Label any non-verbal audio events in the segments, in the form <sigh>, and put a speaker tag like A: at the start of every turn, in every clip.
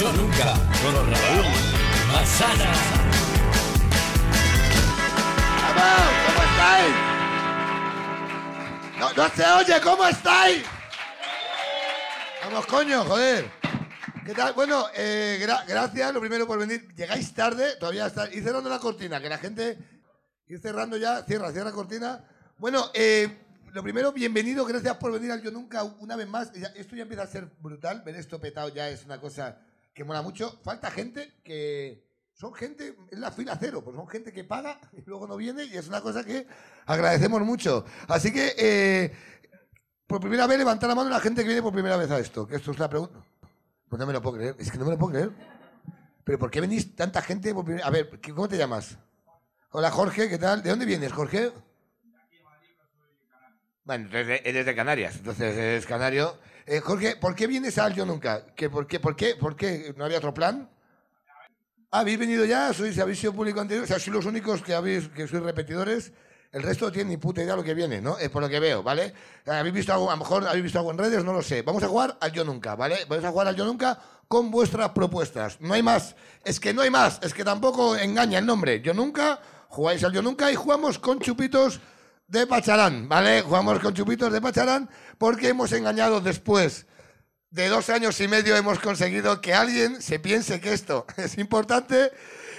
A: como nunca con Raúl Manzana.
B: ¡Vamos! ¿Cómo estáis? No, no se oye, ¿cómo estáis? Vamos, coño, joder. ¿Qué tal? Bueno, eh, gra- gracias, lo primero por venir. Llegáis tarde, todavía está. Ir cerrando la cortina, que la gente. Ir cerrando ya, cierra, cierra cortina. Bueno, eh, lo primero, bienvenido, gracias por venir al Yo Nunca una vez más. Ya- Esto ya empieza a ser brutal, ver esto petado ya es una cosa que mola mucho. Falta gente que. Son gente, es la fila cero, pues son gente que paga <laughs> y luego no viene y es una cosa que agradecemos mucho. Así que, eh, por primera vez, levantar la mano la gente que viene por primera vez a esto, que esto es la pregunta. Pues no me lo puedo creer, es que no me lo puedo creer. Pero ¿por qué venís tanta gente? por primera- A ver, ¿qué- ¿cómo te llamas? Hola Jorge, ¿qué tal? ¿De dónde vienes, Jorge? Bueno, entonces eres de Canarias, entonces eres canario. Eh, Jorge, ¿por qué vienes al Yo Nunca? ¿Que por, qué, ¿Por qué? ¿Por qué? ¿No había otro plan? Ah, ¿Habéis venido ya? ¿Sois, ¿Habéis sido público anterior? O sea, sois los únicos que, habéis, que sois repetidores. El resto no tiene ni puta idea de lo que viene, ¿no? Es por lo que veo, ¿vale? Eh, ¿Habéis visto algo? A lo mejor habéis visto algo en redes, no lo sé. Vamos a jugar al Yo Nunca, ¿vale? Vamos a jugar al Yo Nunca con vuestras propuestas. No hay más. Es que no hay más. Es que tampoco engaña el nombre. Yo Nunca, jugáis al Yo Nunca y jugamos con chupitos de pacharán, ¿vale? Jugamos con chupitos de pacharán porque hemos engañado después de dos años y medio hemos conseguido que alguien se piense que esto <laughs> es importante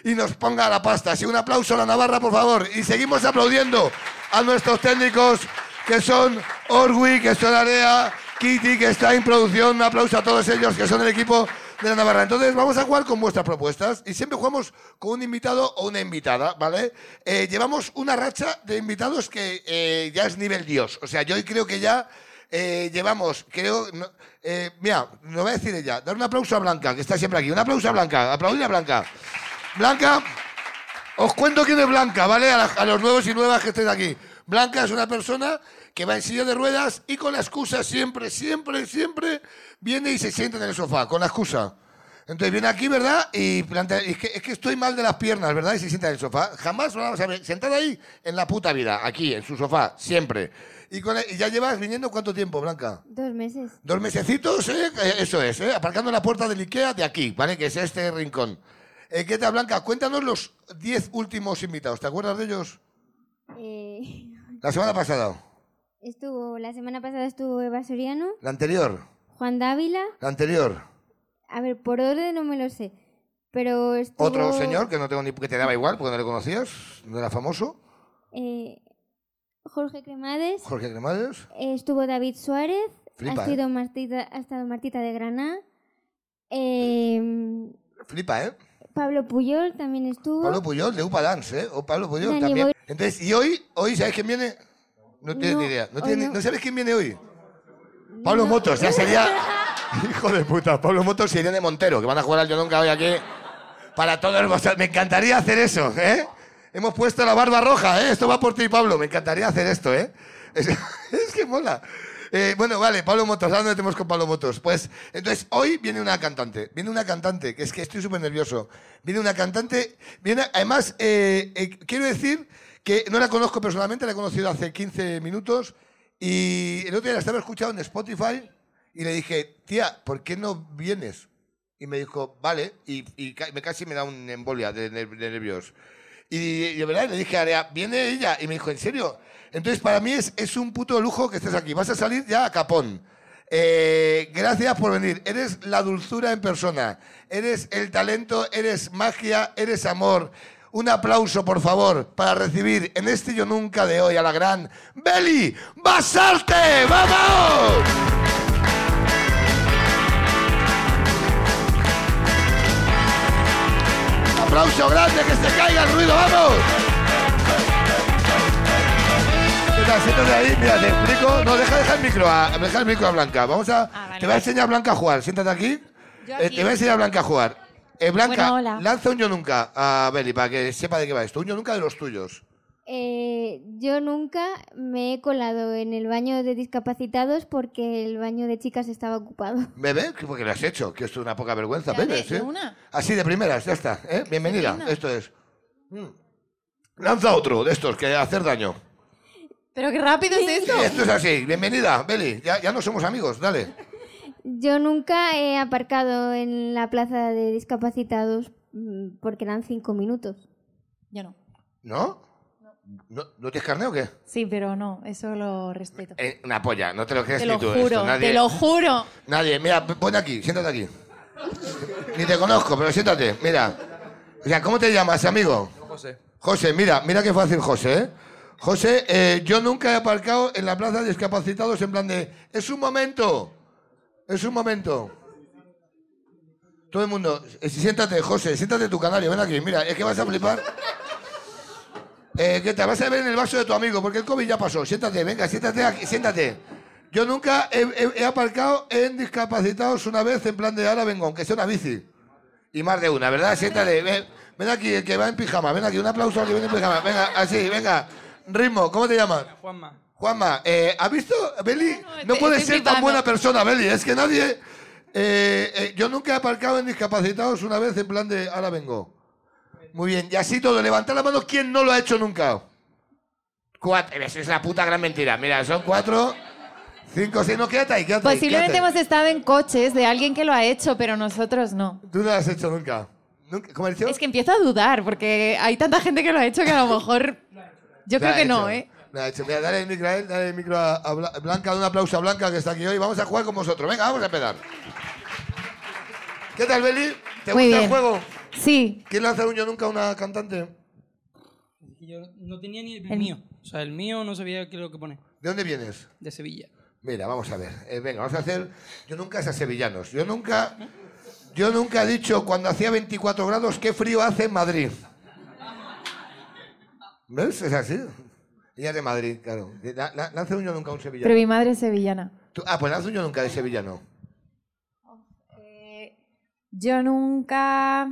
B: y nos ponga la pasta. Así un aplauso a la Navarra, por favor. Y seguimos aplaudiendo a nuestros técnicos que son Orwi, que son Area, Kitty, que está en producción. Un aplauso a todos ellos que son el equipo de la Navarra. Entonces vamos a jugar con vuestras propuestas y siempre jugamos con un invitado o una invitada, ¿vale? Eh, llevamos una racha de invitados que eh, ya es nivel Dios. O sea, yo hoy creo que ya... Eh, llevamos, creo. no- eh, mira, lo voy a decir ella. Dar un aplauso a Blanca, que está siempre aquí. Un aplauso a Blanca. Aplaudir a Blanca. Blanca, os cuento quién es Blanca, ¿vale? A, la- a los nuevos y nuevas que estén aquí. Blanca es una persona que va en silla de ruedas y con la excusa siempre, siempre, siempre viene y se sienta en el sofá, con la excusa. Entonces viene aquí, ¿verdad? Y plantea, es que, es que estoy mal de las piernas, ¿verdad? Y se sienta en el sofá. Jamás lo vamos a ver. Sentada ahí en la puta vida, aquí, en su sofá, siempre. Y, con la- y ya llevas viniendo cuánto tiempo, Blanca?
C: Dos meses.
B: Dos mesecitos, ¿eh? Eh, eso es, ¿eh? aparcando en la puerta del Ikea de aquí, ¿vale? Que es este rincón. Eh, ¿Qué tal, Blanca? Cuéntanos los diez últimos invitados. ¿Te acuerdas de ellos?
C: Eh, <laughs>
B: La semana pasada,
C: estuvo, la semana pasada estuvo Eva Soriano,
B: la anterior,
C: Juan Dávila,
B: la anterior.
C: a ver, por orden no me lo sé, pero estuvo...
B: Otro señor que no tengo ni que te daba igual porque no le conocías, no era famoso,
C: eh, Jorge Cremades,
B: Jorge Cremades.
C: eh, estuvo David Suárez,
B: Flipa, eh.
C: ha, sido Martita, ha estado Martita de Granada, eh,
B: Flipa, ¿eh?
C: Pablo Puyol también estuvo,
B: Pablo Puyol de Upa Dance, ¿eh? O Pablo Puyol
C: Dani
B: también.
C: Boy-
B: Entonces, ¿y hoy? ¿Hoy sabes quién viene? No tienes
C: No,
B: ni idea. No,
C: hoy
B: tienes ni-
C: no.
B: ¿no sabes quién viene hoy? Pablo Motos,
C: <laughs>
B: ya sería. Hijo de puta, Pablo Motos y Irene Montero, que van a jugar al Yo Nunca hoy aquí. Para todos vosotros. Me encantaría hacer eso, ¿eh? Hemos puesto la barba roja, ¿eh? Esto va por ti, Pablo. Me encantaría hacer esto, ¿eh? <laughs> Es, es que mola. Eh, bueno, vale, Pablo Motos, ¿a dónde tenemos con Pablo Motos? Pues, entonces, hoy viene una cantante. Viene una cantante, que es que estoy súper nervioso. Viene una cantante. Viene, además, eh, eh, quiero decir que no la conozco personalmente, la he conocido hace 15 minutos. Y el otro día la estaba escuchando en Spotify y le dije, tía, ¿por qué no vienes? Y me dijo, vale, y, y ca- me casi me da una embolia de, ner- de nervios. Y, y de verdad le dije a Area, viene ella, y me dijo, ¿en serio? Entonces para mí es, es un puto lujo que estés aquí, vas a salir ya a capón. Eh, gracias por venir, eres la dulzura en persona, eres el talento, eres magia, eres amor. Un aplauso, por favor, para recibir en este Yo Nunca de hoy a la gran Beli Basarte. ¡Vamos! aplauso grande, que se caiga el ruido, vamos. ¿Qué tal? Siéntate ahí, mira, te explico. No, deja, deja el micro a, deja el micro a Blanca. Vamos a,
D: Ah, vale.
B: te va a enseñar Blanca a jugar. Siéntate aquí.
D: Yo
B: Eh,
D: aquí.
B: te va a enseñar Blanca a jugar. Eh, Blanca,
D: Bueno, hola.
B: lanza un yo nunca a Beli para que sepa de qué va esto. Un yo nunca de los tuyos.
C: Eh, yo nunca me he colado en el baño de discapacitados porque el baño de chicas estaba ocupado.
B: Bebé, que- porque lo has hecho, que esto es una poca vergüenza,
D: Ya, de-
B: bebé.
D: de una.
B: Así de primeras, ya está. ¿eh? Bienvenida,
D: Tremenda.
B: esto es. Mm. Lanza otro de estos que hacer daño.
D: Pero qué rápido es esto.
B: Esto es así. Bienvenida, Beli. Ya, ya no somos amigos, dale.
C: Yo nunca he aparcado en la plaza de discapacitados mm, porque eran cinco minutos.
D: Yo no.
B: ¿No? ¿No, ¿no tienes carne o qué?
D: Sí, pero no, eso lo respeto.
B: Eh, una polla, no te lo crees
D: Te
B: ni
D: lo
B: tú.
D: juro,
B: esto, nadie,
D: te lo juro.
B: Nadie, mira, p- ponte aquí, siéntate aquí. Ni te conozco, pero siéntate, mira. O sea, ¿cómo te llamas, amigo?
E: José.
B: José, mira, mira qué fácil, José, ¿eh? José, eh, yo nunca he aparcado en la plaza de discapacitados en plan de, es un momento, es un momento. Todo el mundo, eh, siéntate, José, siéntate tu canario, ven aquí, mira, es que vas a flipar. Eh, que te vas a ver en el vaso de tu amigo, porque el COVID ya pasó. Siéntate, venga, siéntate aquí, siéntate. Yo nunca he, he- he aparcado en discapacitados una vez en plan de ahora vengo, aunque sea una bici. Y más de una, ¿verdad? Siéntate, ven, ven aquí, el que va en pijama, ven aquí, un aplauso al que viene en pijama. Venga, así, venga. Ritmo, ¿cómo te llamas?
E: Juanma.
B: Juanma, eh, ¿has visto, Beli? No
D: estoy-
B: puedes
D: estoy
B: ser tan
D: flipando.
B: buena persona, Beli. Es que nadie. eh, eh, yo nunca he aparcado en discapacitados una vez en plan de ahora vengo. Muy bien, y así todo. Levanta la mano, ¿quién no lo ha hecho nunca? Cuatro. Esa es la puta gran mentira. Mira, son cuatro, cinco, seis. No, quédate ahí, quédate ahí,
D: Posiblemente
B: quédate.
D: Pues hemos estado en coches de alguien que lo ha hecho, pero nosotros no.
B: Tú no lo has hecho nunca. ¿Nunca? ¿Cómo has dicho?
D: Es que empiezo a dudar, porque hay tanta gente que lo ha hecho que a lo mejor. Yo creo
B: La
D: que
B: ha
D: no,
B: hecho,
D: ¿eh?
B: la ha hecho. Mira, dale el micro a él, dale el micro a, a Bla- Blanca, un aplauso a Blanca que está aquí hoy. Vamos a jugar con vosotros. Venga, vamos a empezar. ¿Qué tal, Beli? ¿Te
D: Muy
B: gusta
D: bien.
B: el juego?
D: Sí.
B: ¿Quién lanza un yo nunca a una cantante?
F: Yo no tenía ni el,
D: El-
F: mío. O sea, el mío no sabía qué es lo que pone.
B: ¿De dónde vienes?
F: De Sevilla.
B: Mira, vamos a ver. Eh, venga, vamos a hacer. Yo nunca es a sevillanos. Yo nunca. Yo nunca he dicho cuando hacía 24 grados qué frío hace en Madrid. ¿Ves? Es así. Ella es de Madrid, claro. La- la- Lanza un yo nunca a un
D: Pero
B: sevillano.
D: mi madre es sevillana.
B: Tú- Ah, pues lanza un yo nunca de sevillano. <laughs>
D: Yo nunca.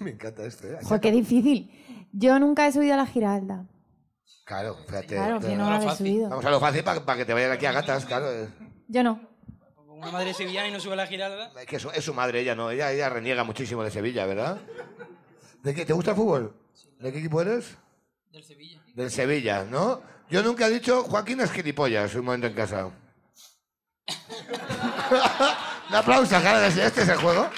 B: Me encanta esto, ¿eh?
D: Joder, qué difícil. Yo nunca he subido a la Giralda.
B: Claro, fíjate.
D: Claro,
B: Claro.
D: que no la he subido.
B: Vamos a lo fácil para que te vayan aquí a gatas, claro. eh.
D: Yo no.
F: Una madre sevillana y no sube a la giralda.
B: Es que es su, es su madre, ella no. Ella, ella reniega muchísimo de Sevilla, ¿verdad? ¿De qué? ¿Te gusta el fútbol? ¿De qué equipo eres?
F: Del Sevilla.
B: Del Sevilla, ¿no? Yo nunca he dicho Joaquín es gilipollas un momento en casa. <laughs> Un aplauso, cara. de- Este es el juego.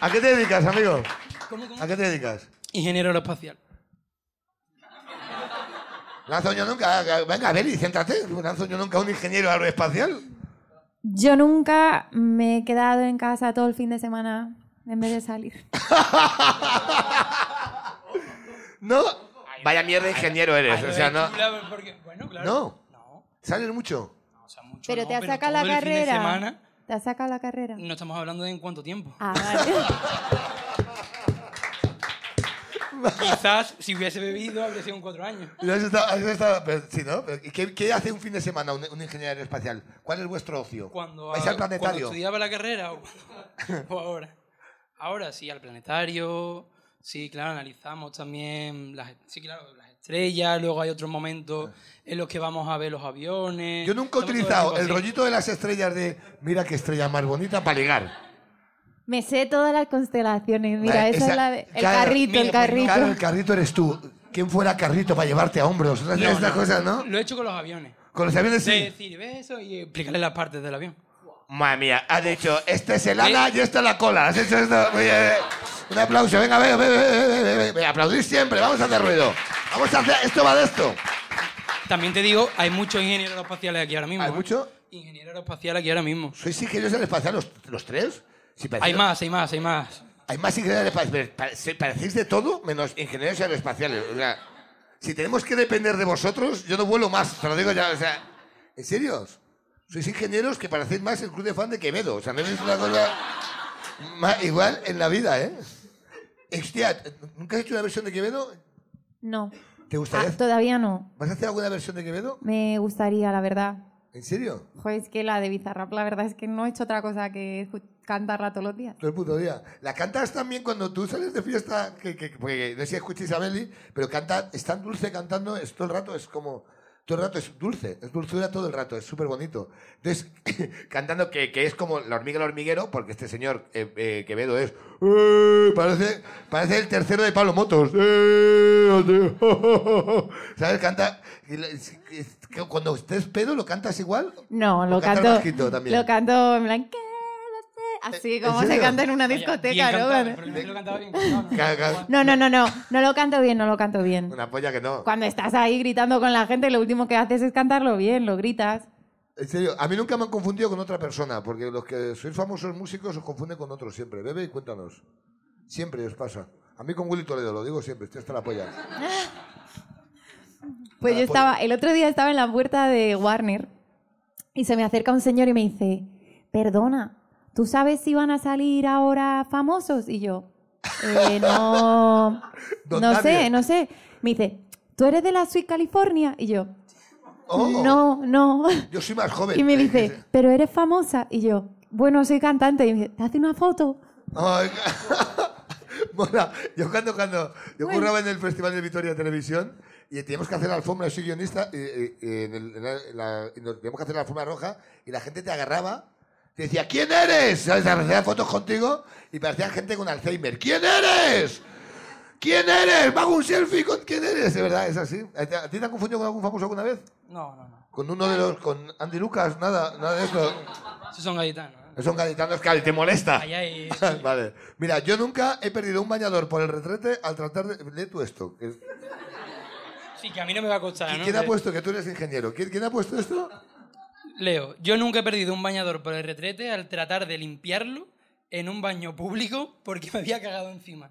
B: ¿A, a qué te dedicas, amigo?
F: ¿Cómo, cómo?
B: ¿A qué te dedicas?
F: Ingeniero aeroespacial.
B: Lanzo yo nunca. Venga, Beli, céntrate. Lanzo yo nunca a un ingeniero aeroespacial.
D: Yo nunca me he quedado en casa todo el fin de semana en vez de salir.
B: No. Vaya mierda de ingeniero eres. O sea, no.
F: Claro, porque- bueno, claro.
B: No.
F: No,
B: ¿Sales mucho?
F: o sea, mucho
D: Pero
F: no,
D: te ha
F: pero
D: sacado la
F: todo el fin de
D: carrera.
F: semana,
D: Te ha sacado la carrera.
F: no estamos hablando de en
B: <laughs>
F: cuánto tiempo.
D: Ah, vale.
F: Quizás si hubiese bebido habría sido en cuatro años.
B: Ya se está- ya se está- pero sí, ¿no? Pero, ¿y ¿Qué, qué hace un fin de semana un, un ingeniero aeroespacial? ¿Cuál es vuestro ocio?
F: Cuando,
B: ¿Vais
F: ah,
B: al planetario?
F: cuando estudiaba la carrera o, <laughs> o ahora. Ahora sí, al planetario. Sí, claro, analizamos también las, sí, claro, las estrellas. Luego hay otros momentos en los que vamos a ver los aviones.
B: Yo nunca he
F: Estamos todo
B: utilizado
F: tipo
B: el
F: así.
B: rollito de las estrellas de mira qué estrella más bonita para ligar.
D: Me sé todas las constelaciones. Mira,
B: Vale,
D: esa,
B: esa-
D: es la de- El
B: claro,
D: carrito, el
F: mira, pues
D: carrito.
B: Claro, el carrito eres tú. ¿Quién fuera carrito para llevarte a hombros? Esas
F: No,
B: esas
F: no,
B: cosas, ¿no?
F: Lo he hecho con los aviones.
B: Con los aviones
F: De
B: sí.
F: decir, ve eso y explicarle las partes del avión.
B: Madre mía, has dicho, este es el ala
F: Eh.
B: y esta es la cola. Has hecho esto. Muy bien, eh. Un aplauso, venga, ve, ve, ve, ve, ve, ve, ve, ve. Aplaudid siempre, vamos a hacer ruido. Vamos a hacer, esto va de esto.
F: También te digo, hay muchos ingenieros aeroespaciales aquí ahora mismo.
B: ¿Hay
F: ¿eh?
B: mucho?
F: Ingeniero aeroespacial aquí ahora mismo.
B: ¿Sois ingenieros aeroespaciales los, los tres? Si
F: Hay
B: parecéis-
F: más, hay más, hay más.
B: Hay más ingenieros aeroespaciales. pero parece- Parecéis de todo menos ingenieros aeroespaciales. O sea, si tenemos que depender de vosotros, yo no vuelo más. Te lo digo ya. O sea, ¿en serio? Sois ingenieros que parecéis más el club de fan de Quevedo. O sea, no es una cosa más igual en la vida, ¿eh? Hostia, ¿nunca has hecho una versión de Quevedo?
D: No.
B: ¿Te gustaría?
D: Ah, todavía no.
B: ¿Vas a hacer alguna versión de Quevedo?
D: Me gustaría, la verdad.
B: ¿En serio?
D: Joder, es que la de Bizarrap, la verdad es que no he hecho otra cosa que escu- cantarla todos los días.
B: Todo el puto día. La cantas también cuando tú sales de fiesta, que, que, porque no sé si escucháis a Beli, pero canta, es tan dulce cantando, es todo el rato, es como... todo todo el rato es dulce, es dulzura todo el rato, es súper bonito. Entonces, cantando que, que es como la hormiga el hormiguero, porque este señor eh, eh, Quevedo es. "Eh", parece, parece el tercero de Pablo Motos. "Eh, <laughs> adiós". oh, ¿Sabes? Canta. y la- es- es- que Cuando estés pedo, ¿lo cantas igual?
D: No, lo,
B: Lo
D: canto.
B: canta Pues bajito también.
D: Lo canto en plan, quédate. Así
B: ¿En
D: como se
B: serio?
D: canta en una
F: Vaya, bien
D: discoteca, ¿no?
F: cantado, ¿eh? pero el primero lo cantaba bien cantado, ¿no?
B: Ca- ca-
D: No, no, no, no. No lo canto bien, no lo canto bien.
B: Una polla que no.
D: Cuando estás ahí gritando con la gente, lo último que haces es cantarlo bien, lo gritas.
B: En serio, a mí nunca me han confundido con otra persona, porque los que sois famosos músicos os confunden con otros siempre. Bebe y cuéntanos. Siempre os pasa. A mí con Willy Toledo, lo digo siempre, estoy hasta la polla.
D: Pues yo
B: Ah, pues-
D: estaba, el otro día estaba en la puerta de Warner y se me acerca un señor y me dice, perdona, ¿tú sabes si van a salir ahora famosos? Y yo, "Eh, no,
B: Don
D: no sé,
B: David.
D: no sé. Me dice, ¿tú eres de la Sweet California? Y yo,
B: Oh,
D: no, no.
B: Yo soy más
D: <laughs>
B: joven. eh,
D: Y me dice, ¿pero eres famosa? Y yo, bueno, soy cantante. Y me dice, ¿te hace una foto?
B: Ay, <laughs> Mola, yo cuando, cuando yo curraba en el Festival de Vitoria Televisión y teníamos que hacer la alfombra, soy guionista, y, y- y en el- en la- en la- y nos teníamos que hacer la alfombra roja y la gente te agarraba, te decía, ¿quién eres? ¿Sabes? Hacían fotos contigo y parecía gente con Alzheimer. ¿Quién eres? ¿Quién eres? Me hago un selfie con quién eres. De verdad, es así. ¿A ti- a ti te han confundido con algún famoso alguna vez?
F: No, no, no.
B: Con uno de los, con Andy Lucas, nada, nada de eso.
F: Esos son gaditanos. ¿eh?
B: Son gaditanos que te molesta.
F: Ahí
B: <laughs>
F: hay...
B: Vale. Mira, yo nunca he perdido un bañador por el retrete al tratar de... Lee tú esto. que-
F: Sí, que a mí no me va a costar, ¿no?
B: ¿Quién ha
F: Que-
B: puesto que tú eres ingeniero? ¿Quién, quién ha puesto esto?
F: Leo, yo nunca he perdido un bañador por el retrete al tratar de limpiarlo en un baño público porque <laughs> me había cagado encima.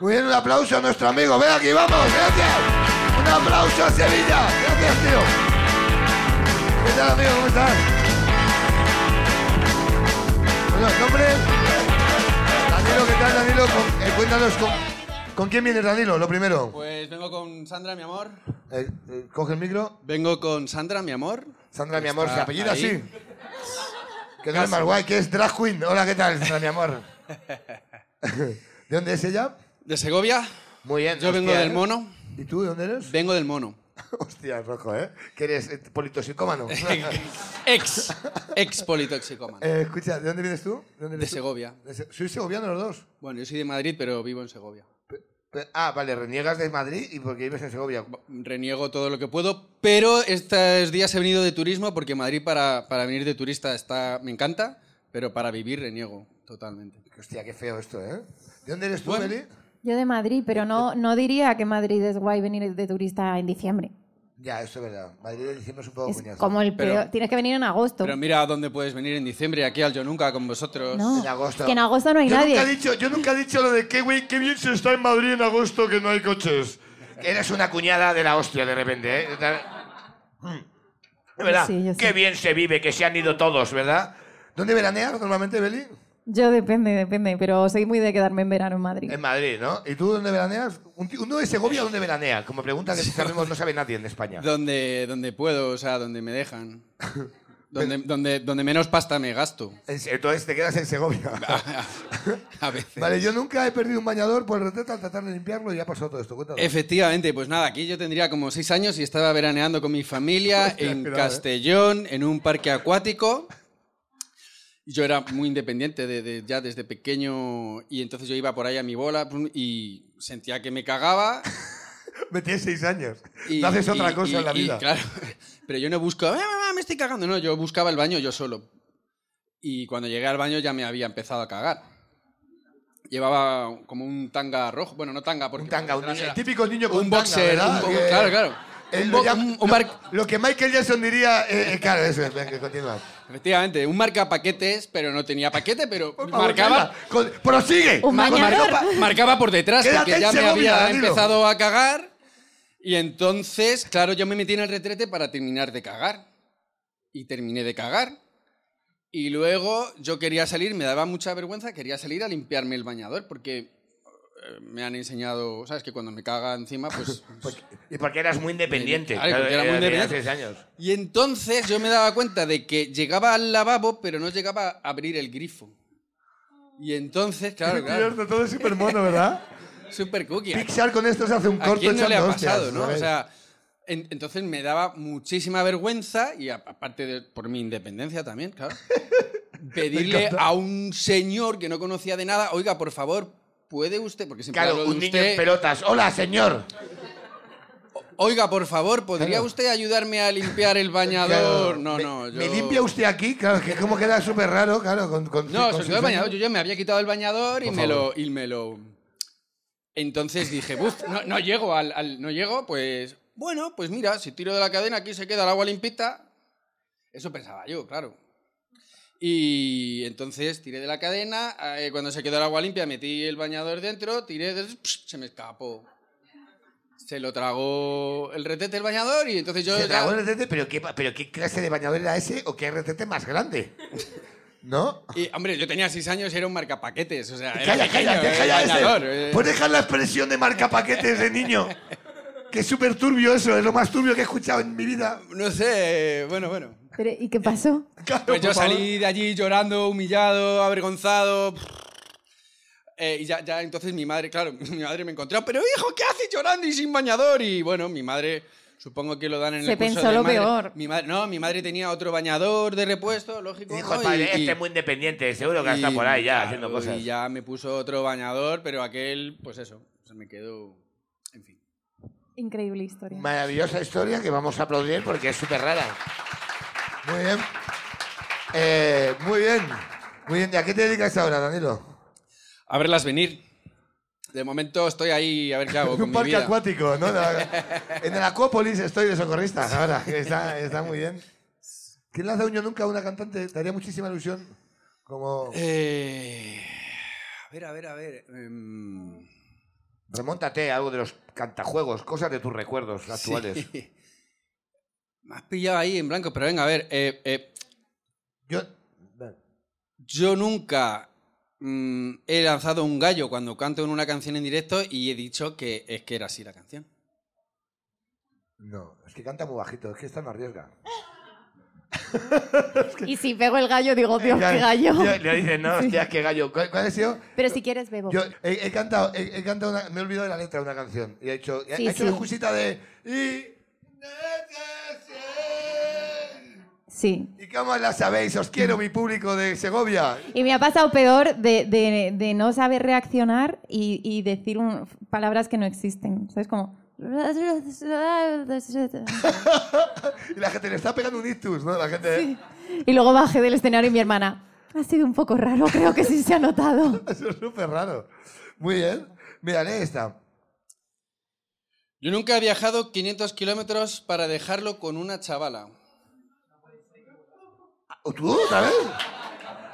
B: Muy bien, un aplauso a nuestro amigo. Ven aquí, vamos. Gracias. Un aplauso a Sevilla. Gracias, tío. ¿Qué tal, amigo? ¿Cómo estás? Bueno, nombre... Danilo, ¿qué tal, Danilo? Con- eh, cuéntanos con... ¿Con quién vienes, Danilo? Lo primero.
G: Pues vengo con Sandra, mi amor.
B: Eh, eh, coge el micro.
G: Vengo con Sandra, mi amor.
B: Sandra, mi amor,
G: Está
B: se apellida
G: ahí.
B: así. Que no es más guay, que es drag queen. Hola, ¿qué tal, Sandra, mi
G: <laughs>
B: amor? ¿De dónde es ella?
G: De Segovia.
B: Muy bien.
G: Yo vengo
B: hostia,
G: del
B: ¿eh?
G: mono.
B: ¿Y tú de dónde eres?
G: Vengo del mono.
B: <laughs> Hostia, rojo, ¿eh? Que eres eh,
G: <laughs>
B: politoxicómano. <laughs>
G: Ex. Ex politoxicómano.
B: Eh, escucha, ¿de dónde vienes tú? ¿De, dónde
G: De
B: eres tú?
G: Segovia.
B: De Se- ¿Sois segovianos los dos?
G: Bueno, yo soy de Madrid, pero vivo en Segovia.
B: Pe- Ah, vale, reniegas de Madrid y porque vives en Segovia.
G: Reniego todo lo que puedo, pero estos días he venido de turismo porque Madrid para, para venir de turista está, me encanta, pero para vivir reniego totalmente.
B: Hostia, qué feo esto, ¿eh? ¿De dónde eres tú, Eh,
G: Bueno.
B: Beli?
D: Yo de Madrid, pero no, no diría que Madrid es guay venir de turista en diciembre.
B: Ya, eso es verdad. Madrid de diciembre es un poco
D: Es
B: coñazo.
D: como el
G: Pero-
D: peor. Tienes que venir en agosto.
G: Pero mira a dónde puedes venir en diciembre, aquí al Yo Nunca con vosotros.
D: No,
B: En agosto.
D: que en agosto no hay
B: yo
D: nadie.
B: Nunca he dicho, yo nunca he dicho lo de que, güey, qué bien se está en Madrid en agosto que no hay coches. Eres una cuñada de la hostia de repente, ¿eh?
F: <laughs>
B: Mm. De verdad,
D: Sí, yo
B: qué
D: sé.
B: bien se vive, que se han ido todos, ¿verdad? ¿Dónde veraneas normalmente, Beli?
D: Yo depende, depende, pero soy muy de quedarme en verano en Madrid.
B: En Madrid, ¿no? ¿Y tú dónde veraneas? Un tío- Uno de Segovia, ¿dónde veranea? Como pregunta que sabemos, no sabe nadie en España.
G: Donde, donde puedo, o sea, donde me
B: <laughs>
G: dejan. Donde, donde, donde menos pasta me gasto.
B: En- Entonces te quedas en Segovia.
G: <laughs> A veces.
B: Vale, yo nunca he perdido un bañador por el retrato al tratar de limpiarlo y ha pasado todo esto. Cuéntanos.
G: Efectivamente, pues nada, aquí yo tendría como seis años y estaba veraneando con mi familia
B: <laughs>
G: en
B: cuidado, eh.
G: Castellón, en un parque acuático. Yo era muy independiente de- de- ya desde pequeño y entonces yo iba por ahí a mi bola pum, y sentía que me cagaba.
B: Me tienes seis años.
G: Y,
B: no <laughs> haces otra
G: y-
B: cosa
G: y-
B: en la
G: y,
B: vida.
G: claro, <laughs> pero yo no buscaba, "Ah, mamá, me estoy cagando, no, yo buscaba el baño yo solo. Y cuando llegué al baño ya me había empezado a cagar. Llevaba como un tanga rojo, bueno, no tanga, porque
B: Un tanga, un
G: detrás
B: el
G: era-
B: típico niño con
G: un
B: tanga,
G: boxer,
B: ¿verdad?
G: un bo-
B: Que-
G: claro, claro.
B: Eh,
G: Un
B: lo,
G: bo-
B: llam-
G: un- un
B: lo-
G: mar-
B: lo que Michael Jackson diría, eh, eh, claro, eso es, venga, continúa.
G: Efectivamente, un marca paquetes, pero no tenía paquete, pero
B: Por favor,
G: marcaba,
B: venga, con- prosigue.
D: Un
G: ma-
D: bañador.
G: marcaba, marcaba Ah, por detrás,
B: Quédate
G: porque
B: en
G: ya me
B: Segovia,
G: había
B: Danilo.
G: empezado a cagar. Y entonces, claro, yo me metí en el retrete para terminar de cagar. Y terminé de cagar. Y luego yo quería salir, me daba mucha vergüenza, quería salir a limpiarme el bañador, porque eh, me han enseñado, ¿sabes? Que cuando me caga encima,
B: <laughs>
G: pues
B: Y porque eras muy independiente.
G: Claro, porque era muy
B: eh, tenías
G: independiente.
B: seis años.
G: Y entonces yo me daba cuenta de que llegaba al lavabo, pero no llegaba a abrir el grifo. Y entonces,
B: <laughs>
G: claro, claro,
B: Cierto, todo es súper mono, ¿verdad?
G: super cookie. ¿A
B: Pixar con esto se hace un corto
G: quién no le ha
B: echando hostias,
G: pasado, no? O
B: ¿sabes?
G: sea, En- entonces me daba muchísima vergüenza y a- aparte de por mi independencia
B: <laughs>
G: también, claro. pedirle a un señor que no conocía de nada, oiga, por favor, ¿puede usted? Porque siempre
B: Claro,
G: hablo de
B: un niño
G: usted.
B: en pelotas. Hola, señor.
G: Oiga, por favor, ¿podría usted ayudarme a limpiar el bañador?
B: Claro,
G: no,
B: me-
G: no, yo...
B: ¿Me limpia usted aquí? Claro, que como queda súper raro, claro. Con, con-
G: No,
B: con su
G: sobre todo el
B: señor.
G: bañador. Yo ya me había quitado el bañador y
B: Por
G: me, lo,
B: favor.
G: y me lo... Entonces dije, buf, no, no llego al, al- No llego, pues... Bueno, pues mira, si tiro de la cadena aquí se queda el agua limpita. Eso pensaba yo, claro. Y entonces tiré de la cadena, eh, cuando se quedó el agua limpia metí el bañador dentro, tiré, de- ¡psh! se me escapó. Se lo tragó el retete el bañador y entonces yo...
B: Se
G: ya-
B: tragó el RTT, pero qué, pero ¿qué clase de bañador era ese o qué RTT más grande? ¿No?
G: Y, hombre, yo tenía seis años y era un marcapaquetes. O sea, era
B: Calla,
G: pequeño,
B: calla,
G: era
B: calla
G: bañador,
B: ese. Pues
G: eh.
B: Puedes dejar la expresión de marca paquetes de niño. Que es súper turbio eso, es lo más turbio que he escuchado en mi vida.
G: No sé, eh, bueno, bueno.
D: Pero, ¿Y qué pasó?
B: Claro,
G: Pues yo
B: por favor.
G: salí de allí llorando, humillado, avergonzado. Eh, y ya, ya entonces mi madre, claro, <laughs> mi madre me encontró, pero hijo, ¿qué haces llorando y sin bañador? Y bueno, mi madre, supongo que lo dan en
D: Se
G: el curso
D: pensó
G: de
D: lo
G: madre.
D: peor.
G: Mi madre, no, mi madre tenía otro bañador de repuesto, lógico.
B: Y Dijo el
G: ¿no?
B: padre,
G: Y-
B: este
G: y-
B: es muy independiente, seguro que está
G: y,
B: por ahí ya
G: claro,
B: haciendo cosas.
G: Y ya me puso otro bañador, pero aquel, pues eso, se me quedó, en fin.
D: Increíble historia.
B: Maravillosa historia que vamos a aplaudir porque es súper rara. Muy bien. Eh, muy bien. Muy bien. ¿Y a qué te dedicas ahora, Danilo?
G: A verlas venir. De momento estoy ahí a ver qué hago
B: En
G: con
B: un
G: mi
B: parque
G: vida.
B: acuático, ¿no?
G: <laughs>
B: La- en el Acuópolis estoy de socorrista ahora. que Está, está muy bien. ¿Quién le ha dado yo nunca a una cantante? Te haría muchísima ilusión. Como,
G: Eh, a ver, a ver, a ver. em,
B: remóntate a algo de los cantajuegos, cosas de tus recuerdos actuales.
G: sí. <laughs> Me has pillado ahí en blanco, pero venga, a ver. eh, eh,
B: Yo,
G: yo nunca mm, he lanzado un gallo cuando canto en una canción en directo y he dicho que es que era así la canción.
B: no, es que canta muy bajito, es que esta no arriesga.
D: Y si pego el gallo, digo, Dios,
B: Ya-
D: qué gallo.
B: ya Le dicen, no, hostia, qué gallo. ¿Cuál, cuál ha sido?
D: Pero si quieres, bebo.
B: Yo he, he cantado, he, he cantado una- me he olvidado de la letra de una canción. Y ha hecho, ha
D: Sí,
B: hecho
D: sí.
B: una cosita de. Y,
D: Sí.
B: y cómo la sabéis, os quiero, mi público de Segovia.
D: Y me ha pasado peor de, de- de no saber reaccionar y, y decir un- palabras que no existen. ¿Sabes? Como...
B: Y la gente le está pegando un ictus, ¿no? La gente.
D: Y luego bajé del escenario y mi hermana... Ha sido un poco raro, creo que sí se ha notado.
B: Eso <laughs> es súper raro. Muy bien. Mira, lee esta.
G: Yo nunca he viajado 500 kilómetros para dejarlo con una chavala.
B: ¿O tú otra vez?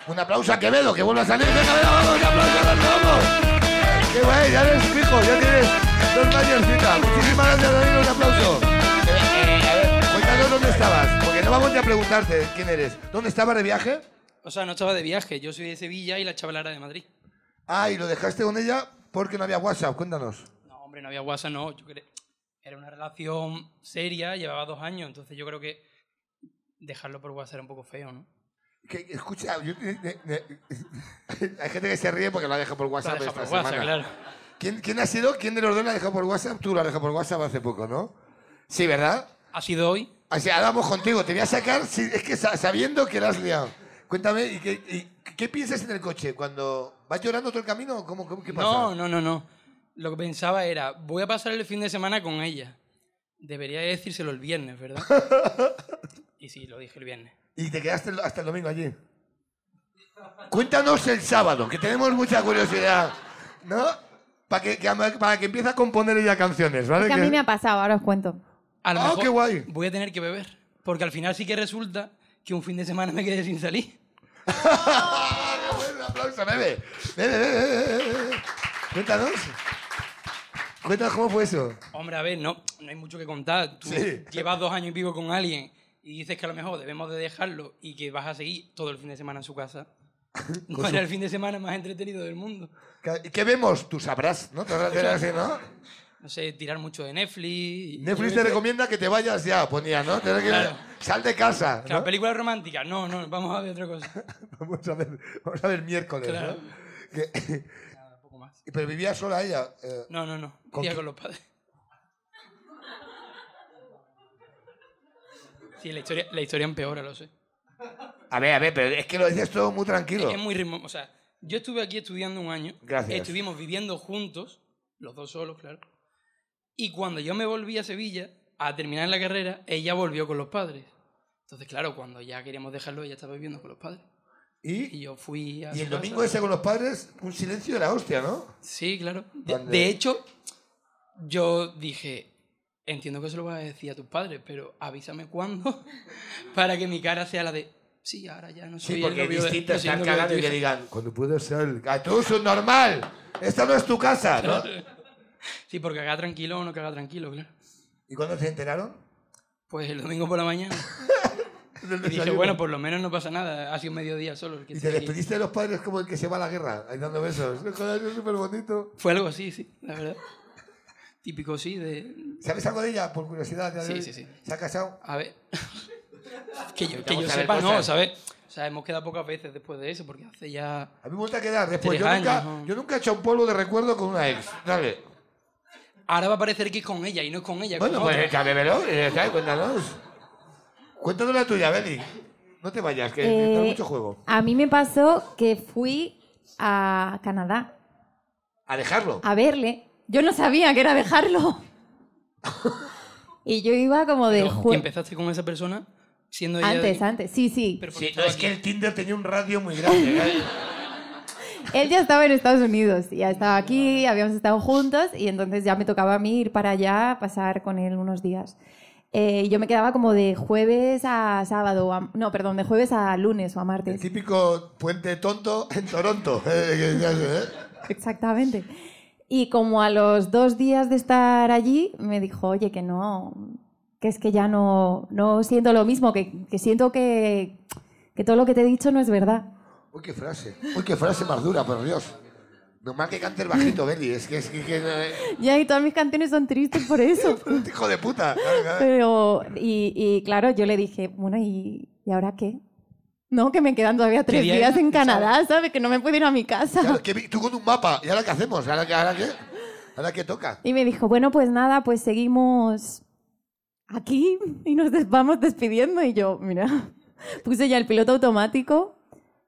B: Un aplauso a Quevedo, que vuelva a salir. Venga, venga, vamos, un aplauso, Alberto, vamos. Qué guay, ya eres fijo, ya tienes dos mayorcitas. Muchísimas gracias, Danilo, un aplauso. Eh, Cuéntanos dónde estabas, porque no vamos ni a preguntarte quién eres. ¿Dónde estabas de viaje?
F: O sea, no estaba de viaje, yo soy de Sevilla y la chavala era de Madrid.
B: Ah, y lo dejaste con ella porque no había WhatsApp, cuéntanos.
F: No, hombre, no había WhatsApp, no. Yo cre- Era una relación seria, llevaba dos años, entonces yo creo que dejarlo por WhatsApp era un poco feo, ¿no?
B: Que, escucha, yo- eh, eh, eh, <laughs> hay gente que se ríe porque la deja por
F: Lo
B: WhatsApp
F: deja
B: esta
F: por WhatsApp,
B: semana.
F: claro.
B: ¿Quién, ¿Quién ha sido? ¿Quién de los dos la ha dejado por WhatsApp? Tú la has dejado por WhatsApp hace poco, ¿no? Sí, ¿verdad?
F: Ha sido hoy.
B: O sea, ahora vamos contigo. Te voy a sacar, si- es que sa- sabiendo que la has liado. Cuéntame, ¿y qué, y qué piensas en el coche? ¿Cuando vas llorando todo el camino? o ¿Cómo, cómo, ¿Qué pasa?
F: No, no, no, no. Lo que pensaba era, voy a pasar el fin de semana con ella. Debería decírselo el viernes,
B: <laughs>
F: ¿verdad? y sí, lo dije el viernes.
B: ¿Y te quedaste el- hasta el domingo allí? Cuéntanos el sábado, que tenemos mucha curiosidad. ¿No? Para que, que ama- para que empiece a componer ella canciones, ¿vale?
D: Que a mí
B: Que-
D: me ha pasado, ahora os cuento.
F: A lo
B: Ah,
F: mejor
B: qué guay.
F: Voy a tener que beber. Porque al final sí que resulta que un fin de semana me quedé sin
B: <laughs>
F: salir.
B: Un aplauso, bebe. Bebe, bebe, bebe, bebe, bebe. eh, Cuéntanos. Cuéntanos cómo fue eso.
F: Hombre, a ver, no, no hay mucho que contar. Tú
B: Sí.
F: llevas dos años y pico con alguien y dices que a lo mejor debemos de dejarlo y que vas a seguir todo el fin de semana en
B: <laughs>
F: su casa. No era el fin de semana más entretenido del mundo.
B: ¿Qué- ¿Qué vemos? Tú sabrás, ¿no? Te habrás de ver así,
F: <laughs>
B: ¿no?
F: No sé, tirar mucho de Netflix.
B: Netflix te recomienda que te vayas ya, ponía, ¿no? Te recomienda- Sal de casa. ¿no?
F: Claro, películas románticas. No, no, vamos a ver otra cosa.
B: <laughs> Vamos a ver, vamos a ver miércoles,
F: Claro.
B: ¿no? Que-
F: Nada,
B: <laughs>
F: poco más.
B: pero vivía sola ella. eh,
F: No, no, no.
B: ¿Con
F: Vivía
B: qui-
F: con los padres. Sí, la historia, la historia empeora, lo sé.
B: A ver, a ver, pero es que lo dices todo muy tranquilo.
F: Es muy ritmo. O sea, yo estuve aquí estudiando un año.
B: Gracias.
F: Estuvimos viviendo juntos, los dos solos, claro. Y cuando yo me volví a Sevilla a terminar la carrera, ella volvió con los padres. Entonces, claro, cuando ya queríamos dejarlo, ella estaba viviendo con los padres.
B: ¿Y?
F: Y yo fui a.
B: y
F: su
B: el domingo
F: casa.
B: ese con los padres, un silencio de la hostia, ¿no?
F: Sí, claro. De,
B: Donde-
F: de hecho, yo dije, entiendo que se lo vas a decir a tus padres, pero avísame cuándo <laughs> para que mi cara sea la de, sí, ahora ya no soy
B: Sí,
F: el
B: porque
F: novio de-
B: distintos
F: no soy el
B: están
F: novio de
B: cagando
F: tu
B: y que
F: hija".
B: digan, cuando puedas ser... ¡Ah, tú es un normal! ¡Esta no es tu
F: <laughs>
B: casa! ¿no?
F: Sí, porque haga tranquilo o no caga tranquilo, claro.
B: ¿Y cuándo se enteraron?
F: Pues el domingo por
B: <laughs>
F: la mañana.
B: Del
F: Y dije,
B: desayuno.
F: bueno, por lo menos no pasa nada, ha sido mediodía solo. el que
B: Y
F: estoy
B: te
F: aquí".
B: despediste de los padres como el que se va a la guerra, ahí dando besos. Joder, es súper bonito.
F: Fue algo así, sí, la verdad. Típico, sí, de...
B: ¿Sabes algo de ella, por curiosidad? ya
F: Sí,
B: de-
F: sí, sí.
B: ¿Se ha casado?
F: A ver. <laughs> que yo, que
B: Vamos
F: yo
B: a ver
F: sepa, no,
B: cosas.
F: ¿sabes? O sea, hemos quedado pocas veces después de eso, porque hace ya...
B: A mí me gusta quedar. Después,
F: Tres
B: yo nunca,
F: años, ¿no?
B: yo nunca he hecho un polvo de recuerdo con una ex. Dale.
F: Ahora va a parecer que es con ella y no es con ella. es
B: Bueno,
F: con
B: pues
F: otra.
B: cámbiamelo y ya está, cuéntanos. Cuéntanos la tuya, Beli. No te vayas, que que da
D: Eh,
B: mucho juego.
D: A mí me pasó que fui a Canadá
B: A dejarlo.
D: a verle. Yo no sabía que era dejarlo. y yo iba como del
F: Pero,
D: juego.
F: empezaste con esa persona siendo ella.
D: Antes, antes. Sí, sí.
F: Pero porque
B: Sí,
F: estaba
B: es que
F: aquí.
B: el Tinder tenía un radio muy
D: <laughs>
B: grande. ¿eh?
D: Él ya estaba en Estados Unidos, ya estaba
F: Ah,
D: aquí, habíamos estado juntos y entonces ya me tocaba a mí ir para allá, pasar con él unos días. Eh, y yo me quedaba como de jueves a sábado, o a- no, perdón, de jueves a lunes o a
B: El
D: martes.
B: típico puente tonto en Toronto. <laughs> Eh, que- eh,
D: Exactamente. Y como a los dos días de estar allí, me dijo, oye, que no, que es que ya no, no siento lo mismo, que, que siento que, que todo lo que te he dicho no es verdad.
B: Uy, qué frase. Uy, qué frase más dura, por Dios. Nomás que cante el bajito, Beli. Es que es que, que- eh, este
D: Ya, y todas mis canciones son tristes por eso.
B: hijo de puta. Claro, claro.
D: Pero, y, y claro, yo le dije, bueno, ¿y, ¿y ahora qué? No, que me quedan todavía tres
F: Quería ir,
D: días en
F: ¿sabes?
D: Canadá, ¿sabes? Que no me puedo ir a mi
B: Claro,
D: casa.
B: que vi- tú con un mapa. ¿Y ahora qué hacemos? ¿Ahora qué? ¿Ahora qué, ahora qué toca?
D: Y me dijo, bueno, pues nada, pues seguimos aquí y nos des- vamos despidiendo. Y yo, mira, <laughs> puse ya el piloto automático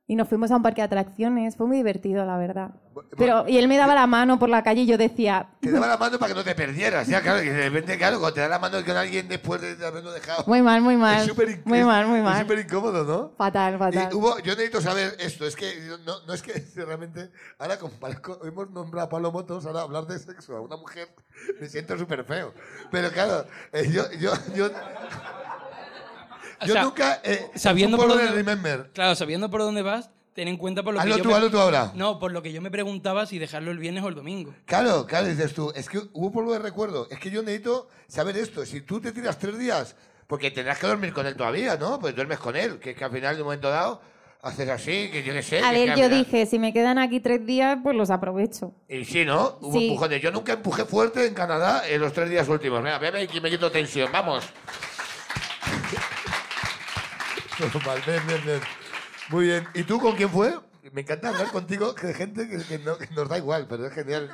D: y nos fuimos a un parque de atracciones. Fue muy divertido, la verdad. Pero, y él me daba la mano por la calle y yo decía,
B: Te daba la mano para que no te perdieras. Ya, claro, que de repente, claro, cuando te da la mano con alguien después de haberlo dejado.
D: muy mal, muy
B: es
D: mal.
B: súper
D: Muy mal, muy
B: Es
D: mal.
B: súper incómodo, ¿no?
D: Fatal, fatal.
B: Y hubo, yo necesito saber esto, es que yo no, no es que <laughs> realmente, ahora con Paco- hemos nombrado a Pablo Motos, ahora hablar de sexo a una mujer, me siento súper feo. Pero claro, eh, yo, yo, yo,
F: O
B: yo
F: sea,
B: nunca... eh,
F: sabiendo
B: un
F: por
B: polvo de
F: dónde-
B: remember.
F: Claro, sabiendo por dónde vas, ten en cuenta por lo que
B: Hazlo
F: yo
B: tú,
F: me-
B: hazlo tú ahora.
F: No, por lo que yo me preguntaba si dejarlo el viernes o el domingo.
B: Claro, claro, dices tú, es que hubo polvo de recuerdo, es que yo necesito saber esto, si tú te tiras tres días, porque tendrás que dormir con él todavía, ¿no? Pues duermes con él, que es que al final de un momento dado haces así, que yo ¿Eh? qué sé.
D: A
B: que es
D: ver,
B: que
D: yo
B: al final-
D: dije, si me quedan aquí tres días, pues los aprovecho.
B: Y sí, ¿no? Hubo
D: Sí.
B: empujones. Yo nunca empujé fuerte en Canadá en los tres días últimos. Venga, bebe y me quito tensión. Vamos. Normal, bien, bien, bien. Muy bien. ¿Y tú con quién fue? Me encanta hablar contigo de gente que, que no- que nos da igual, pero es genial.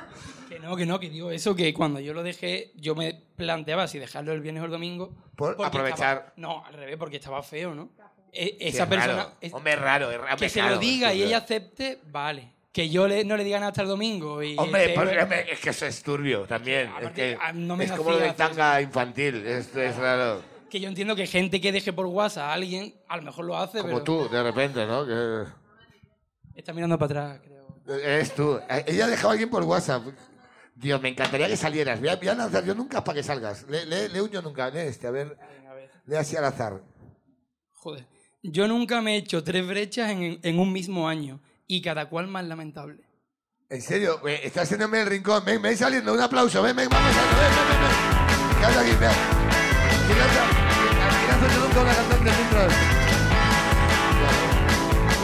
F: Que no, que no, que digo eso, que cuando yo lo dejé, yo me planteaba si dejarlo el viernes o el domingo.
B: Por
F: porque
B: aprovechar.
F: estaba- no, al revés, porque estaba feo, ¿no? E-
B: Sí,
F: esa
B: es
F: persona.
B: Raro.
F: es-
B: Hombre, es raro, es raro.
F: que se
B: claro,
F: lo diga
B: es
F: y ella
B: raro.
F: acepte, vale. Que yo le- no le diga nada hasta el domingo. Y este,
B: Hombre,
F: esté-
B: por- hombre, es que eso es turbio también.
F: Sí,
B: Es,
F: aparte,
B: que
F: ah, no me
B: es como lo
F: hacía
B: del tanga infantil. Esto es raro.
F: Que yo entiendo que gente que deje por WhatsApp a alguien, a lo mejor lo hace,
B: Como
F: pero
B: tú, de repente, ¿no? Que-
F: está mirando para atrás, creo.
B: Eres tú. Eh, Ella ha dejado a alguien por WhatsApp. Dios, me encantaría que salieras. Voy a, voy a lanzar yo nunca para que salgas. Le, le, lee un yo nunca, lee este, a ver.
F: Venga, a ver.
B: Lee así al azar.
F: Joder. Yo nunca me he hecho tres brechas en, en un mismo año y cada cual más lamentable.
B: En serio, eh, está haciéndome el rincón. Ven, ven saliendo, un aplauso. Ven, ven, vamos a ven, ven, ven, ven. Canta aquí, ven. Que canta- que canta yo nunca una cantante mientras.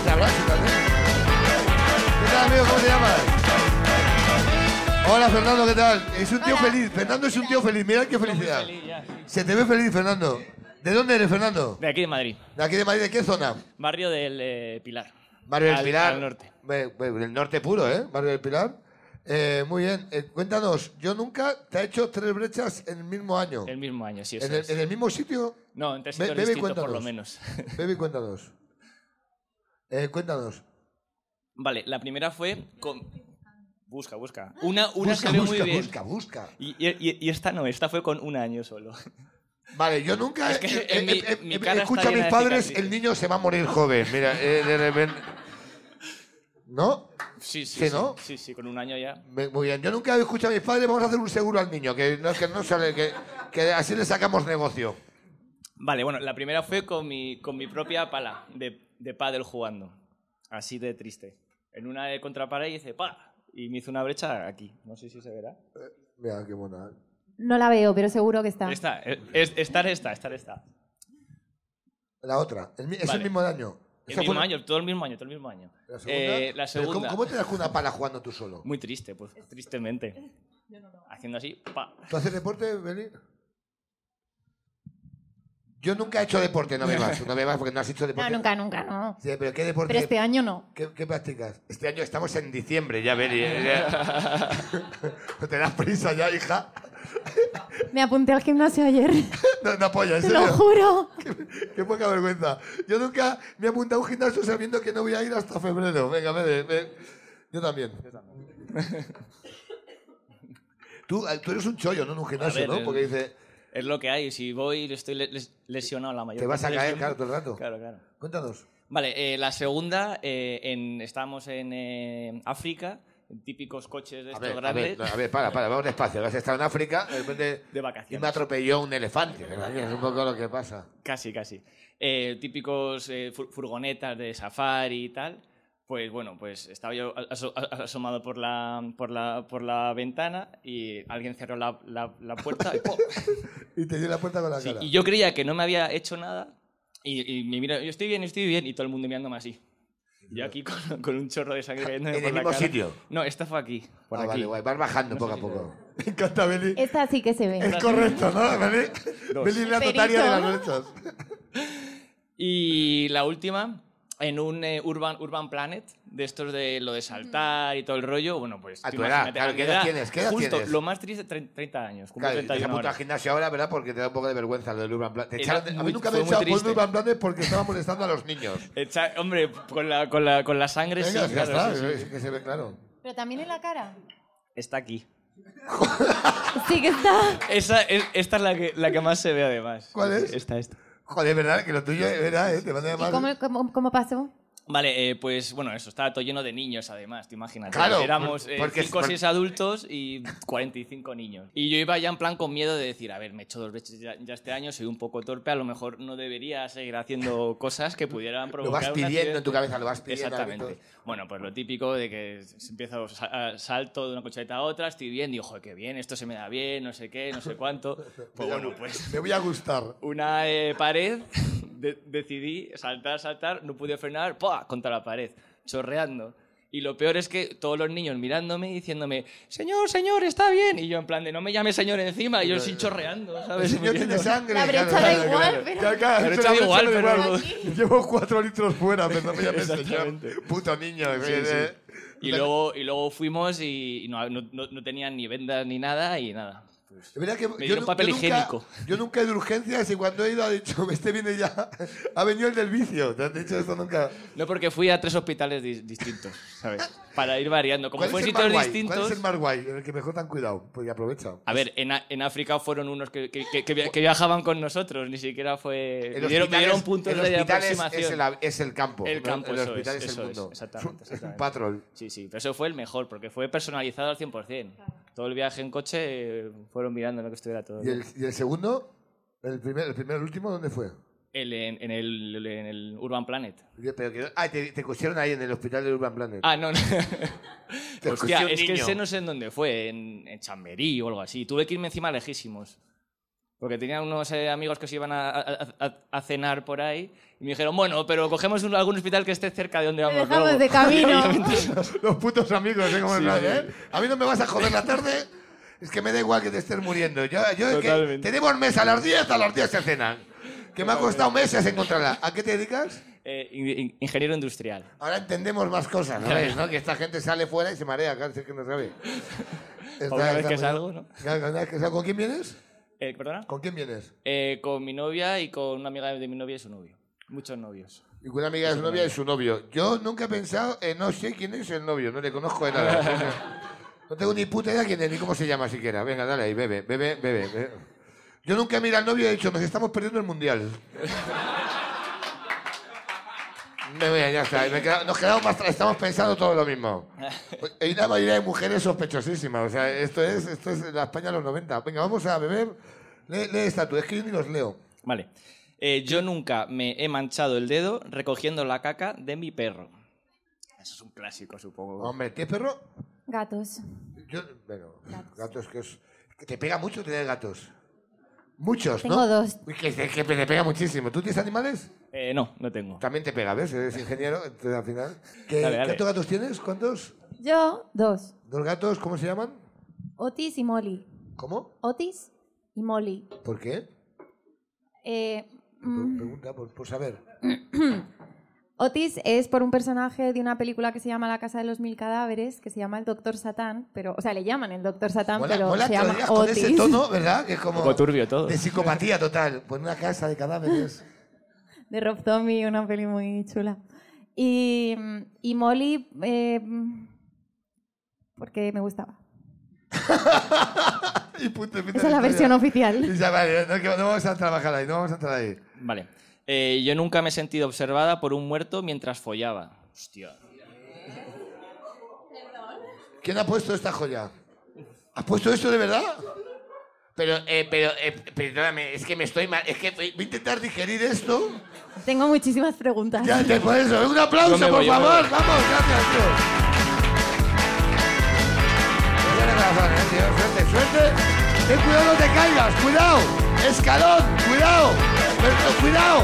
B: Un abrazo también. ¿Qué tal, amigo? ¿Cómo te llamas? Hola, Fernando, ¿qué tal? Es un tío feliz. Fernando es un tío feliz. Mira qué felicidad. Se te ve feliz, Fernando. ¿De dónde eres, Fernando?
H: De aquí de Madrid,
B: ¿De aquí de Madrid? ¿De qué zona?
H: barrio del eh, Pilar.
B: Barrio del
H: Al-
B: Pilar.
H: Al norte.
B: Ve- ve- Del norte puro, ¿eh? Barrio del Pilar. Eh, muy bien, Eh, cuéntanos, yo nunca te ha hecho tres brechas en el mismo año.
H: El mismo año, sí, eso
B: ¿En el,
H: es.
B: en el mismo sitio?
H: No, en tres
B: Be-
H: sitios
B: bebe y
H: distintos por lo
B: cuéntanos. <laughs>
H: menos.
B: Baby, cuéntanos. Eh, cuéntanos.
H: Vale, la primera fue con... Busca, busca. Una, una
B: busca,
H: salió
B: busca,
H: muy bien.
B: busca, busca.
H: Y, y- y esta no, esta fue con un año solo.
B: Vale, yo nunca.
H: Es que en
B: eh,
H: mi- mi cara está
B: escucho a mis
H: llena de
B: padres,
H: cicatrices.
B: el niño se va a morir joven. Mira, eh, de repente. ¿No?
H: Sí,
B: ¿Sí, no?
H: Sí, sí, con un año ya.
B: Me- Muy bien, yo nunca he escuchado a mis padres, vamos a hacer un seguro al niño, que no, que no sale, que, que así le sacamos negocio.
H: Vale, bueno, la primera fue con mi, con mi propia pala de, de pádel jugando. Así de triste. En una de contrapara y dice pa y me hizo una brecha aquí. No sé si se verá.
B: Eh, Mira, qué buena.
D: No la veo, pero seguro que
B: Este
D: está.
H: Esta, eh, es, estar esta, estar esta.
B: La otra, el mi- es el
H: Vale.
B: mismo daño.
H: El
B: Esa fue
H: mismo
B: la-
H: año, todo el mismo año, todo el mismo año.
B: La segunda.
H: Eh, la
B: Pero ¿cómo-
H: segunda.
B: ¿Cómo te das con una pala jugando tú solo?
H: Muy triste, pues, tristemente. Haciendo así, pa.
B: ¿Tú haces deporte, Beli? Yo nunca he hecho deporte, no me vas, no me vas porque no has hecho
D: No,
B: deporte.
D: nunca, nunca, no.
B: Sí, pero ¿qué deporte?
D: Pero este año no.
B: ¿Qué, qué practicas? Este año estamos en diciembre, ya, Beli. eh, ya. <laughs> ¿No te das prisa ya, hija?
D: Me apunté al gimnasio ayer,
B: No, no apoya, <laughs> en
D: te <laughs> lo
B: serio.
D: juro.
B: Qué poca vergüenza. Yo nunca me he apuntado a un gimnasio sabiendo que no voy a ir hasta febrero. Venga, ven, ven. Yo también. <laughs> tú, eh, tú eres un chollo, no en un gimnasio,
H: A ver,
B: ¿no?
H: el-
B: Porque dice,
H: Es lo que hay. Si voy, estoy le- les- lesionado la mayor
B: te vas a
H: parte del
B: caer,
H: tiempo.
B: claro, todo el rato.
H: Claro, claro.
B: Cuéntanos.
H: Vale, eh, la segunda, eh, en, estábamos en eh, África, en típicos coches de
B: A
H: estos
B: ver, a
H: grandes.
B: ver, a ver, para, para, vamos despacio. Has estado en África, de repente.
H: De
B: Y
H: vacaciones.
B: me atropelló un elefante. ¿verdad? Es un poco lo que pasa.
H: Casi, casi. Eh, típicos eh, fu- furgonetas de safari y tal. Pues bueno, pues estaba yo aso- a- asomado por la, por la, por la ventana y alguien cerró la, la- la puerta. y ¡pum!
B: Y te dio la puerta con <laughs> la
H: Sí,
B: cara.
H: y yo creía que no me había hecho nada. Y, y me mira, yo estoy bien, estoy bien. Y todo el mundo mirándome así. Y Yo aquí con, con un chorro de sangre cayéndome
B: ¿En
H: por
B: el
H: la
B: mismo
H: cara.
B: sitio?
H: No, esta fue aquí. Por
B: Ah,
H: aquí.
B: vale, guay. Vas bajando
H: No
B: poco a
H: sé si
B: poco. Me encanta, Beli.
D: Esta sí que se ve.
B: Es correcto, ¿no? Beli, Beli es la notaria de las brechas.
H: Y la última, en un eh, Urban, Urban Planet, de estos de lo de saltar y todo el rollo, bueno, pues...
B: A
H: tú
B: tu edad,
H: imagínate,
B: claro,
H: a mi
B: ¿qué edad tienes? ¿Qué edad
H: Justo,
B: tienes?
H: lo más triste, tre- 30 años, cumplo
B: Claro, y te has
H: 31
B: apuntado al
H: ahora.
B: gimnasio ahora, ¿verdad? Porque te da un poco de vergüenza lo del Urban Planet. Te
H: Era
B: echaron de- a mí
H: muy-
B: nunca me
H: fue
B: he
H: muy
B: echado por
H: triste.
B: Urban Planet
H: <laughs>
B: porque estaba molestando a los niños.
H: Echa- hombre, con la, con la, con la sangre
B: Venga,
H: sí,
B: ya
H: claro,
B: está, eh,
H: sí, sí.
B: es que se ve claro.
D: Pero también en la cara.
H: Está aquí.
D: Sí que está.
H: Esa, es- esta es la que, la que más se ve, además.
B: ¿Cuál es?
H: Esta, esta.
B: Joder, ¿verdad? Que lo tuyo era, ¿eh? Te mandé a
D: ¿Y cómo, cómo- cómo pasó?
H: Vale, eh, pues bueno, eso, estaba todo lleno de niños además, te imaginas.
B: Claro,
H: Éramos
B: por- porque-
H: 5 o
B: por-
H: 6 adultos y 45 niños. Y yo iba ya en plan con miedo de decir, a ver, me he hecho dos veces ya, ya este año, soy un poco torpe, a lo mejor no debería seguir haciendo cosas que pudieran
B: Lo
H: provocar
B: vas
H: un
B: pidiendo en tu
H: accidente".
B: cabeza, lo vas pidiendo.
H: Exactamente. Bueno, pues lo típico de que se empieza a sa- a- salto de una colchoneta a otra, estoy bien, digo, joder, qué bien, esto se me da bien, no sé qué, no sé
B: <laughs>
H: cuánto. Pues bueno, pues
B: Me voy a gustar.
H: <laughs> una eh, pared, <laughs> de- decidí saltar, saltar, no pude frenar, ¡pua! contra la pared, chorreando. Y lo peor es que todos los niños mirándome y diciéndome, señor, señor, está bien. Y yo en plan de, no me llame señor encima, y yo sí chorreando,
B: El
H: ¿sabes?
B: señor tiene
H: Muriendo.
B: sangre.
D: La brecha
B: claro,
D: da
B: claro,
D: igual,
B: claro.
D: pero-
B: Claro, claro,
H: La
B: eso
H: brecha da igual,
B: brecha
H: pero-
B: Llevo cuatro litros fuera, pero no me llames señor.
H: <laughs> Exactamente.
B: Puto niño.
H: Sí,
B: eh,
H: sí.
B: eh.
H: Y luego, y luego fuimos y no, no, no- no tenían ni vendas ni nada y nada. Pues,
B: Es verdad que
H: Me dieron
B: nu-
H: papel
B: nunca-
H: higiénico.
B: Yo nunca he ido a urgencias y cuando he ido ha dicho, <laughs> este viene ya. Ha venido el del vicio. ¿Te has dicho esto nunca?
H: no porque fui a tres hospitales dis- distintos, ¿sabes? Para ir variando. Como
B: ¿Cuál
H: fue
B: es
H: en
B: el más
H: sitios
B: guay?
H: distintos...
B: ¿Cuál es el más guay? El que mejor te han cuidado. Porque aprovecha.
H: A ver, en, A- en África fueron unos que, que- que- que via- que viajaban con nosotros, ni siquiera fue...
B: El
H: Me dieron, me
B: hospital
H: dieron
B: es-
H: puntos
B: el
H: de
B: hospital es-
H: aproximación.
B: Es el, es el campo.
H: El
B: ¿no?
H: campo,
B: el
H: eso
B: hospital es,
H: es,
B: el
H: eso es,
B: mundo.
H: exactamente,
B: Es <laughs> un
H: exactamente.
B: patrol.
H: Sí, sí, pero eso fue el mejor, porque fue personalizado al 100%. Todo el viaje en coche eh, fueron mirando lo que estuviera todo.
B: ¿Y el, y el segundo? ¿El primer, el primer el último dónde fue?
H: El- en, en el, en el Urban Planet.
B: Yo- pero que- ah, te, te cosieron ahí en el hospital del Urban Planet.
H: Ah, no, no.
B: <laughs> Te
H: Hostia,
B: cogió un
H: es que
B: niño.
H: ese no sé en dónde fue, en, en Chamberí o algo así. Tuve que irme encima lejísimos. Porque tenía unos eh, amigos que se iban a, a- a- a cenar por ahí y me dijeron, bueno, pero cogemos un- algún hospital que esté cerca de donde vamos.
D: dejamos
H: luego".
D: de camino.
H: <laughs> Obviamente no.
B: <laughs> Los putos amigos, ¿eh? Como en
H: Sí,
B: plan,
H: sí.
B: ¿eh? A mí no me vas a joder la tarde. Es que me da igual que te estés muriendo. Yo, yo es que
H: Totalmente.
B: tenemos mesa a las 10, a las 10 se cenan. Que me ha costado meses encontrarla. ¿A qué te dedicas?
H: eh, in- in- ingeniero industrial.
B: Ahora entendemos más cosas, ¿no ves? ¿no? Que esta gente sale fuera y se marea, claro, si es que no sabe. Está-
H: Una vez
B: está
H: que
B: muy-
H: salgo, ¿no?
B: Claro, una vez que salgo. ¿Con quién vienes?
H: Eh, ¿Perdona?
B: ¿Con quién vienes?
H: Eh, con mi novia y con una amiga de mi novia y su novio. Muchos novios.
B: Y con una amiga de su novia y su novio. Yo nunca he pensado, eh, no sé quién es el novio, no le conozco de nada. No tengo ni puta idea quién es, ni cómo se llama siquiera. Venga, dale ahí, bebe, bebe, bebe. bebe. Yo nunca miro al novio y he dicho, nos estamos perdiendo el mundial. Me voy, ya está. Me he quedado- nos quedamos más, tra- estamos pensando todo lo mismo. Hay una mayoría de mujeres sospechosísimas. O sea, esto es, esto es la España de los 90. Venga, vamos a beber. Lee, lee esta tú, es que yo ni los leo.
H: Vale. Eh, yo nunca me he manchado el dedo recogiendo la caca de mi perro. Eso es un clásico, supongo.
B: Hombre, ¿tienes perro?
D: Gatos.
B: Yo, bueno, gatos, que es. que te pega mucho tener gatos. Muchos,
D: Tengo
B: ¿no?
D: dos.
B: Uy, Que, que te pega muchísimo. ¿Tú tienes animales?
H: Eh, no, no tengo.
B: También te pega, ¿ves? Eres ingeniero, entonces al
H: <laughs>
B: final. ¿Qué,
H: Dale, dale.
B: ¿Cuántos gatos tienes? ¿Cuántos?
D: Yo, dos.
B: ¿Dos gatos? ¿Cómo se llaman?
D: Otis y Molly.
B: ¿Cómo?
D: Otis y Molly.
B: ¿Por qué?
D: Eh,
B: Por- Pregunta, por, por saber.
D: Mm, Otis es por un personaje de una película que se llama La Casa de los Mil Cadáveres, que se llama El Doctor Satán, pero, o sea, le llaman el Doctor Satán,
B: Mola,
D: pero
B: mola
D: se
B: que lo
D: llama
B: digas con
D: Otis.
B: ese tono, ¿verdad? Que es
H: Un
B: como.
H: poco turbio todo.
B: De psicopatía total. Pues una casa de cadáveres.
D: de Rob Zombie, una peli muy chula. Y, y Molly, eh, porque me gustaba.
B: y punto, y fin
D: <laughs>
B: de
D: Esa es la
B: historia.
D: versión
B: Y
D: oficial.
B: <laughs> ya, vale, no, que no vamos a trabajar ahí, no vamos a entrar ahí.
H: Vale. Eh, yo nunca me he sentido observada por un muerto mientras follaba. Hostia.
B: ¿Quién ha puesto esta joya? ¿Has puesto esto de verdad? Pero, eh, pero, eh, perdóname, es que me estoy mal. Es que voy a intentar digerir esto.
D: Tengo muchísimas preguntas.
B: Ya, ya, por eso. Un aplauso,
H: Yo me
B: por
H: voy, yo me
B: favor.
H: voy.
B: Vamos, gracias, tío. Pues dale corazón, eh, tío. Suerte, suerte. Ten cuidado, no te caigas. Cuidado. Escalón, cuidado. Alberto, cuidado.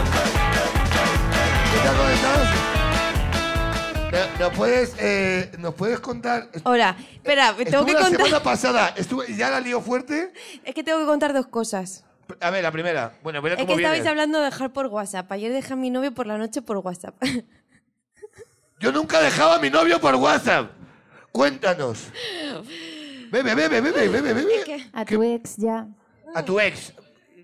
B: Cuidado con estas- No- ¿Nos puedes, eh, ¿Nos puedes contar?
I: Hola, espera, me tengo
B: Estuve
I: que
B: la
I: contar.
B: semana pasada, estuve, y ya la lío fuerte.
I: Es que tengo que contar dos cosas.
B: A ver, la primera. Bueno, mira
I: Es que
B: cómo
I: estabais
B: vienes.
I: hablando de dejar por WhatsApp. Ayer dejé a mi novio por la noche por WhatsApp.
B: Yo nunca dejaba a mi novio por WhatsApp. Cuéntanos. Bebe, bebe, bebe, bebe, bebe.
I: ¿Qué?
D: A tu ex ya.
B: A tu ex.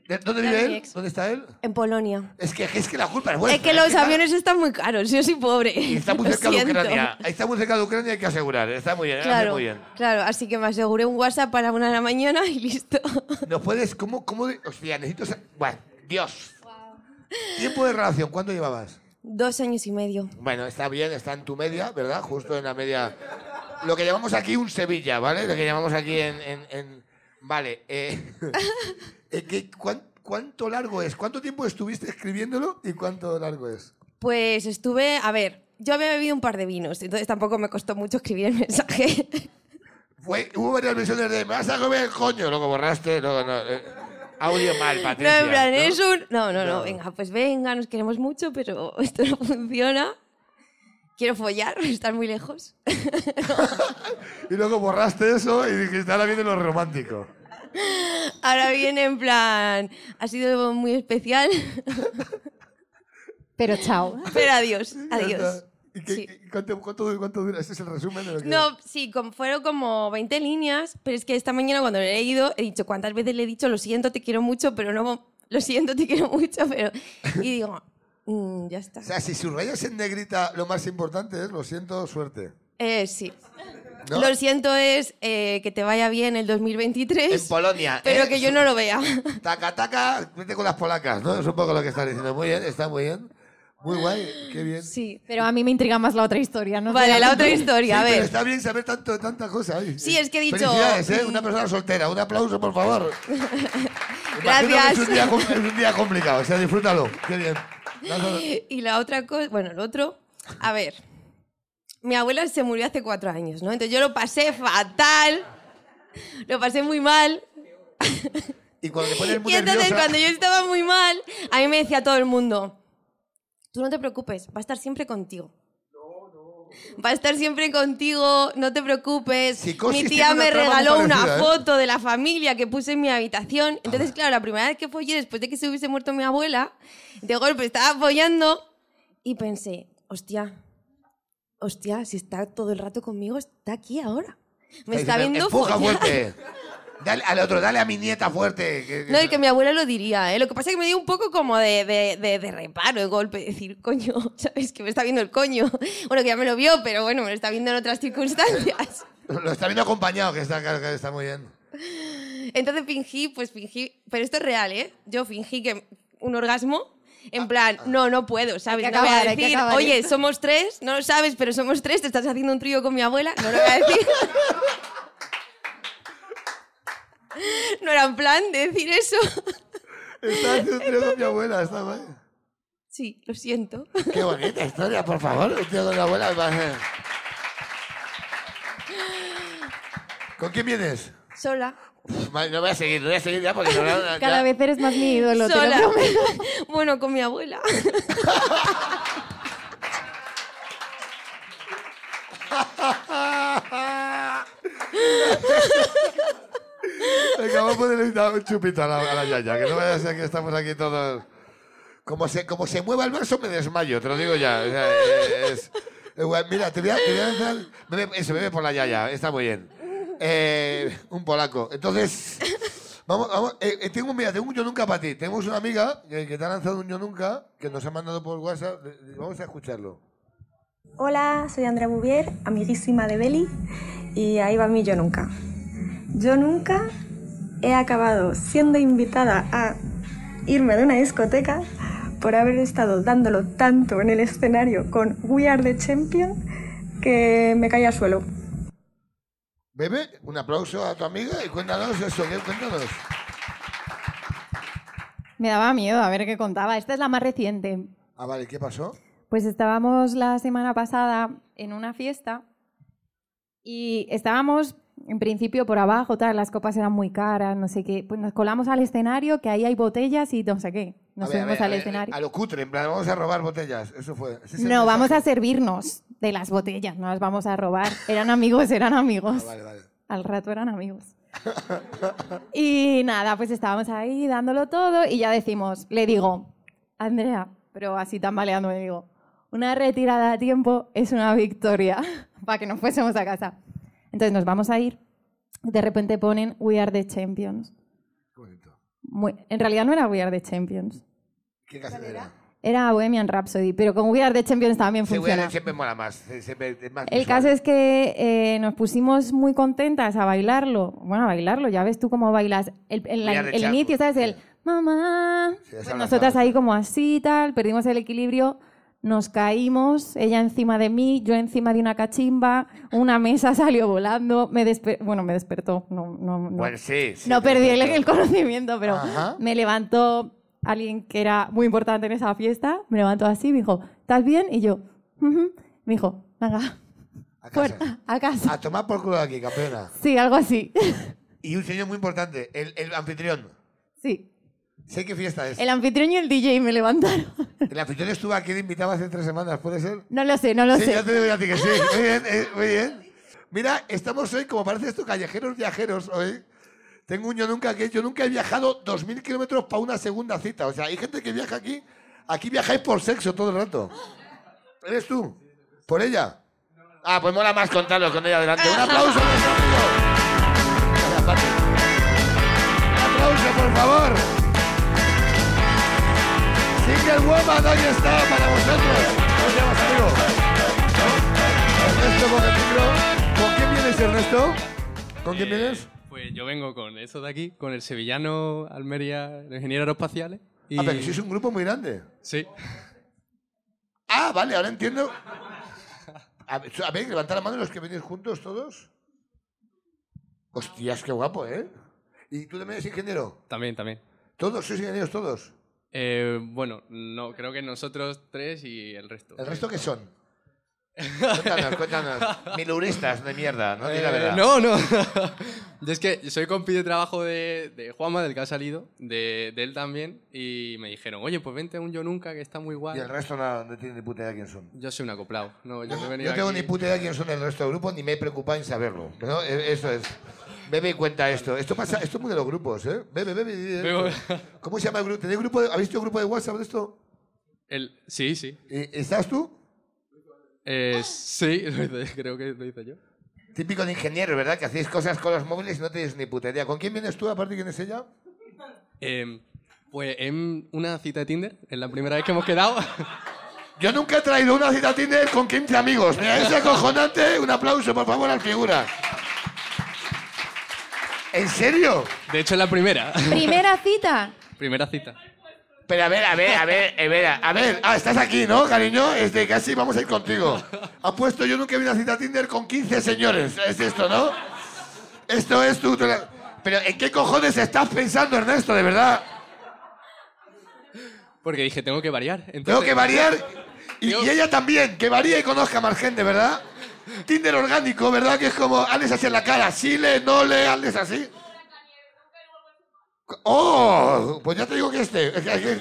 B: ¿De- ¿Dónde vive
I: Claro,
B: él?
I: mi ex.
B: ¿Dónde está él?
I: En Polonia.
B: Es que, es que la culpa es vuestra.
I: es que los
B: está-
I: aviones están muy caros. Yo soy pobre.
B: y está
I: <laughs>
B: muy
I: Lo
B: cerca de
I: siento.
B: Ucrania. Está muy cerca de Ucrania, hay que asegurar. Está muy bien, hace
I: Claro,
B: muy bien.
I: claro, así que me aseguré un WhatsApp para una de la mañana y listo.
B: ¿Nos puedes...? ¿Cómo...? cómo de- hostia, necesito... sa- Bueno, Dios. Tiempo de relación, ¿cuánto llevabas?
I: Dos años y medio.
B: Bueno, está bien, está en tu media, ¿verdad? Justo en la media. Lo que llamamos aquí un Sevilla, ¿vale? Lo que llamamos aquí en. en- en- Vale.
I: <laughs>
B: eh, eh, ¿qué- cuán- ¿Cuánto largo es? ¿Cuánto tiempo estuviste escribiéndolo y cuánto largo es?
I: Pues estuve, a ver, yo había bebido un par de vinos, entonces tampoco me costó mucho escribir el mensaje.
B: Fue- hubo varias versiones de. ¿Me vas a comer el coño? Luego borraste, luego no. eh, audio mal,
I: No,
B: Patricia.
I: en plan, ¿eh?
B: ¿no?
I: es un... No, no, no,
B: No.
I: venga, pues venga, nos queremos mucho, pero <laughs> esto no funciona. Quiero follar, <laughs> estar muy lejos.
B: Y luego borraste eso y dijiste, ahora viene lo romántico.
I: Ahora viene en plan, ha sido muy especial,
D: <laughs> Pero chao.
I: pero adiós,
B: Ya
I: adiós.
B: está. ¿Y qué-
I: Sí.
B: qué- cuánto, cuánto- cuánto dura? Este es el resumen de lo que.
I: No, sí, com- fueron como 20 líneas, pero es que esta mañana cuando lo he leído he dicho cuántas veces le he dicho lo siento, te quiero mucho, pero no, lo siento, te quiero mucho, pero... Y digo, "Mm, ya está.
B: O sea, si subrayas en negrita lo más importante es, lo siento, suerte.
I: Eh, sí.
B: ¿No?
I: Lo siento es eh, que te vaya bien el
B: En
I: 2023,
B: Polonia.
I: pero
B: ¿eh?
I: que yo no lo vea.
B: <laughs>
I: <laughs>
B: Taca, taca, vete con las polacas, ¿no? Es un poco lo que estás diciendo. Muy bien, está muy bien. Muy guay, qué bien.
I: Sí.
D: Pero a mí me intriga más la otra historia, ¿no?
I: Vale, la otra
B: Sí,
I: historia, a
B: pero
I: ver.
B: está bien saber tanto, tanta cosa. ¿eh?
I: Sí, es que he dicho-
B: Felicidades, ¿eh? Una persona soltera. Un aplauso, por favor. Imagino que Es un, día,
I: Gracias.
B: com- es un día complicado, o sea, disfrútalo. Qué bien. No, no, no.
I: <laughs> Y la otra cosa, bueno, el otro, a ver. Mi abuela se murió hace cuatro años, ¿no? Entonces yo lo pasé fatal, lo pasé muy mal.
B: Y cuando te pones muy
I: Y entonces
B: nerviosa-
I: cuando yo estaba muy mal, a mí me decía todo el mundo, tú no te preocupes, va a estar siempre contigo. Va a estar siempre contigo, no te preocupes.
B: Psicosis
I: mi
B: tiene
I: tía
B: una
I: me
B: trama muy
I: regaló una
B: parecida, ¿eh?
I: foto de la familia que puse en mi habitación. Entonces, claro, la primera vez que follé, después de que se hubiese muerto mi abuela, de golpe estaba follando y pensé, hostia, hostia, si está todo el rato conmigo, está aquí ahora. Me está
B: Diciendo,
I: viendo
B: Empuja
I: follar".
B: fuerte. Dale al otro, dale a mi nieta fuerte. que- que-
I: No, el que mi abuela lo diría, ¿eh? Lo que pasa es que me dio un poco como de, de, de- de reparo, de golpe, de decir, coño, <laughs> ¿sabes? Que me está viendo el coño. <laughs> Bueno, que ya me lo vio, pero bueno, me lo está viendo en otras circunstancias. <laughs>
B: Lo está viendo acompañado, que está, que está muy bien.
I: Entonces fingí, pues fingí, pero esto es real, ¿eh? Yo fingí que un orgasmo, en plan, no, no puedo, ¿sabes?
C: Ah, Hay que
I: no voy
C: acabar,
I: a
C: hay que
I: decir,
C: acabar
I: oye,
C: esto".
I: somos tres, no lo sabes, pero somos tres, te estás haciendo un trío con mi abuela, no lo voy a decir. <laughs> no era en plan de decir eso.
B: Está
I: <laughs>
B: haciendo un trío con mi abuela, está mal.
I: sí, lo siento. <laughs>
B: Qué bonita historia, por favor. Un tío con la abuela. eh. me parece. ¿Con quién vienes?
I: Sola.
B: Uf, madre, No voy a seguir, no voy a seguir ya porque no, no, no,
D: Cada
B: ya.
D: vez eres más mi ídolo, te lo
I: Sola.
D: prometo.
I: <laughs> bueno, con mi abuela.
B: Venga, vamos a ponerle una- un chupito a la, a la yaya, que no vaya a ser que estamos aquí todos. Como se, como se mueva el verso, me desmayo, te lo digo ya. O sea, eh, es- eh, guay, mira, te voy a, te voy a lanzar. bebe- eso, bebe por la yaya, está muy bien. Eh, un polaco. Entonces, vamos, vamos. eh, eh, tengo, mira, tengo un yo nunca para ti. Tenemos una amiga que, que te ha lanzado un yo nunca, que nos ha mandado por WhatsApp. Le- le- Vamos a escucharlo.
J: Hola, soy Andrea Bouvier, amiguísima de Beli, y ahí va mi Yo Nunca. Yo nunca he acabado siendo invitada a irme de una discoteca por haber estado dándolo tanto en el escenario con We Are the Champion que me caí al suelo.
B: Bebe, un aplauso a tu amiga y cuéntanos eso, ¿qué? cuéntanos.
D: Me daba miedo a ver qué contaba. Esta es la más reciente.
B: Ah, vale, ¿qué pasó?
D: Pues estábamos la semana pasada en una fiesta y estábamos en principio por abajo, tal, las copas eran muy caras, no sé qué. Pues nos colamos al escenario, que ahí hay botellas y no sé qué. Nos
B: A ver, a
D: subimos
B: ver, a
D: al
B: ver,
D: escenario.
B: eh, A lo cutre, en plan, vamos a robar botellas. Eso fue. Ese es el
D: No, vamos a
B: mensaje.
D: servirnos de las botellas, no las vamos a robar. Eran amigos, eran amigos.
B: Ah, vale, vale.
D: Al rato eran amigos. y nada, pues estábamos ahí dándolo todo y ya decimos, le digo, Andrea, pero así tambaleando me digo, una retirada a tiempo es una victoria <laughs> para que nos fuésemos a casa. Entonces nos vamos a ir. De repente ponen We Are the Champions. Muy- en realidad no era We Are the Champions.
B: ¿Qué casadera?
D: Era Bohemian Rhapsody, pero con We Are the Champions también
B: Se
D: funciona.
B: siempre mola más. se- siempre es más
D: El
B: visual.
D: caso es que eh, nos pusimos muy contentas a bailarlo. Bueno, a bailarlo, ya ves tú cómo bailas. El, el-
B: Voy a rechar-
D: el inicio, ¿sabes? El mamá.
B: Sí, esa
D: Pues
B: la
D: nosotras
B: sabes.
D: ahí como así, tal, perdimos el equilibrio, nos caímos, ella encima de mí, yo encima de una cachimba, una mesa <laughs> salió volando, me despe- bueno, me despertó, no, no, no.
B: Bueno, sí. sí,
D: No
B: pero-
D: perdí el, el conocimiento, pero
B: Ajá.
D: me levantó alguien que era muy importante en esa fiesta, me levantó así, me dijo, ¿estás bien? Y yo, "Ujú". me dijo, venga,
B: A casa.
D: fuera, a casa.
B: A tomar por culo de aquí, campeona.
D: Sí, algo así. <laughs>
B: Y un señor muy importante, el, el anfitrión.
D: Sí.
B: Sé qué fiesta es.
D: El
B: El,
D: anfitrión y el DJ me levantaron.
B: anfitrión estuvo aquí de invitado hace tres semanas, ¿puede ser?
D: No lo sé, no lo
B: sí,
D: sé.
B: ya te digo yo a ti que sí. Muy bien, eh, muy bien. Mira, estamos hoy, como parece esto, callejeros viajeros hoy. Tengo un yo nunca que es, yo nunca he viajado 2.000 kilómetros para una segunda cita. O sea, hay gente que viaja aquí. Aquí viajáis por sexo todo el rato. ¿Eres tú? ¿Por ella? Ah, pues mola más contarlo con ella adelante. Un aplauso, por favor. Un aplauso, por favor. Single Woman, hoy está para vosotros. Nos vemos, amigos. Ernesto Bogetibro. ¿Con quién vienes, Ernesto? ¿Con quién
E: Eh,
B: vienes?
E: Pues yo vengo con eso de aquí, con el sevillano Almería, el ingeniero aeroespaciales. Y...
B: Ah, pero que sois un grupo muy grande.
E: Sí.
B: Ah, vale, ahora entiendo. A ver, a ver, levantad la mano los que venís juntos todos. Hostias, qué guapo, ¿eh? ¿Y tú también eres ingeniero?
E: También, también.
B: ¿Todos sois ingenieros todos?
E: Eh, bueno, no, creo que nosotros tres y el resto.
B: ¿El resto qué son? Cuéntanos,
E: <laughs>
B: cuéntanos. Miluristas de mierda, no Di la
E: Eh,
B: verdad.
E: no, no. <laughs> Yo es que soy compi de trabajo de, de Juanma, del que ha salido, de, de él también, y me dijeron, oye, pues vente a un Yo Nunca, que está muy
B: Y
E: guay.
B: el resto no, no tiene ni puta idea quién son.
E: Yo soy un acoplado. No,
B: <laughs>
E: yo no he venido
B: No tengo
E: aquí-
B: ni puta idea quién son el resto del grupo, ni me he preocupado en saberlo. ¿no? E- Eso es. Bebe y cuenta esto. Esto pasa, esto es muy de los grupos, ¿eh? Bebe, bebe. y di esto.
E: Bebo.
B: ¿Cómo se llama el grupo? ¿Tenéis grupo de- ¿Habéis visto grupo de WhatsApp de esto?
E: El, sí, sí.
B: ¿Y- ¿Estás tú?
E: Eh, sí, lo hice- creo que lo hice yo.
B: Típico de ingeniero, ¿verdad? Que hacéis cosas con los móviles y no tenéis ni puta idea. ¿Con quién vienes tú, aparte quién es ella?
E: Em, pues en una cita de Tinder, es la primera vez que hemos quedado. <laughs>
B: Yo nunca he traído una cita a Tinder con 15 amigos. Mira, es acojonante. Un aplauso, por favor, al figura. ¿En serio?
E: De hecho, es la primera. <laughs>
D: Primera cita.
E: primera cita.
B: Pero a ver, a ver, a ver, a ver, a ver. Ah, estás aquí, ¿no, cariño? Este, casi vamos a ir contigo. Apuesto, yo nunca vi una cita a Tinder con 15 señores. Es esto, ¿no? Esto es tu... tu- Pero ¿en qué cojones estás pensando, Ernesto, de verdad?
E: Porque dije, tengo que variar.
B: Tengo
E: entonces-
B: que variar. Y,
E: Yo-
B: y ella también, que varíe y conozca más gente, ¿verdad? Tinder orgánico, ¿verdad? Que es como, hazles así en la cara, sí le, no le, hazles así. ¡Oh! Pues ya te digo que este. es que- es que-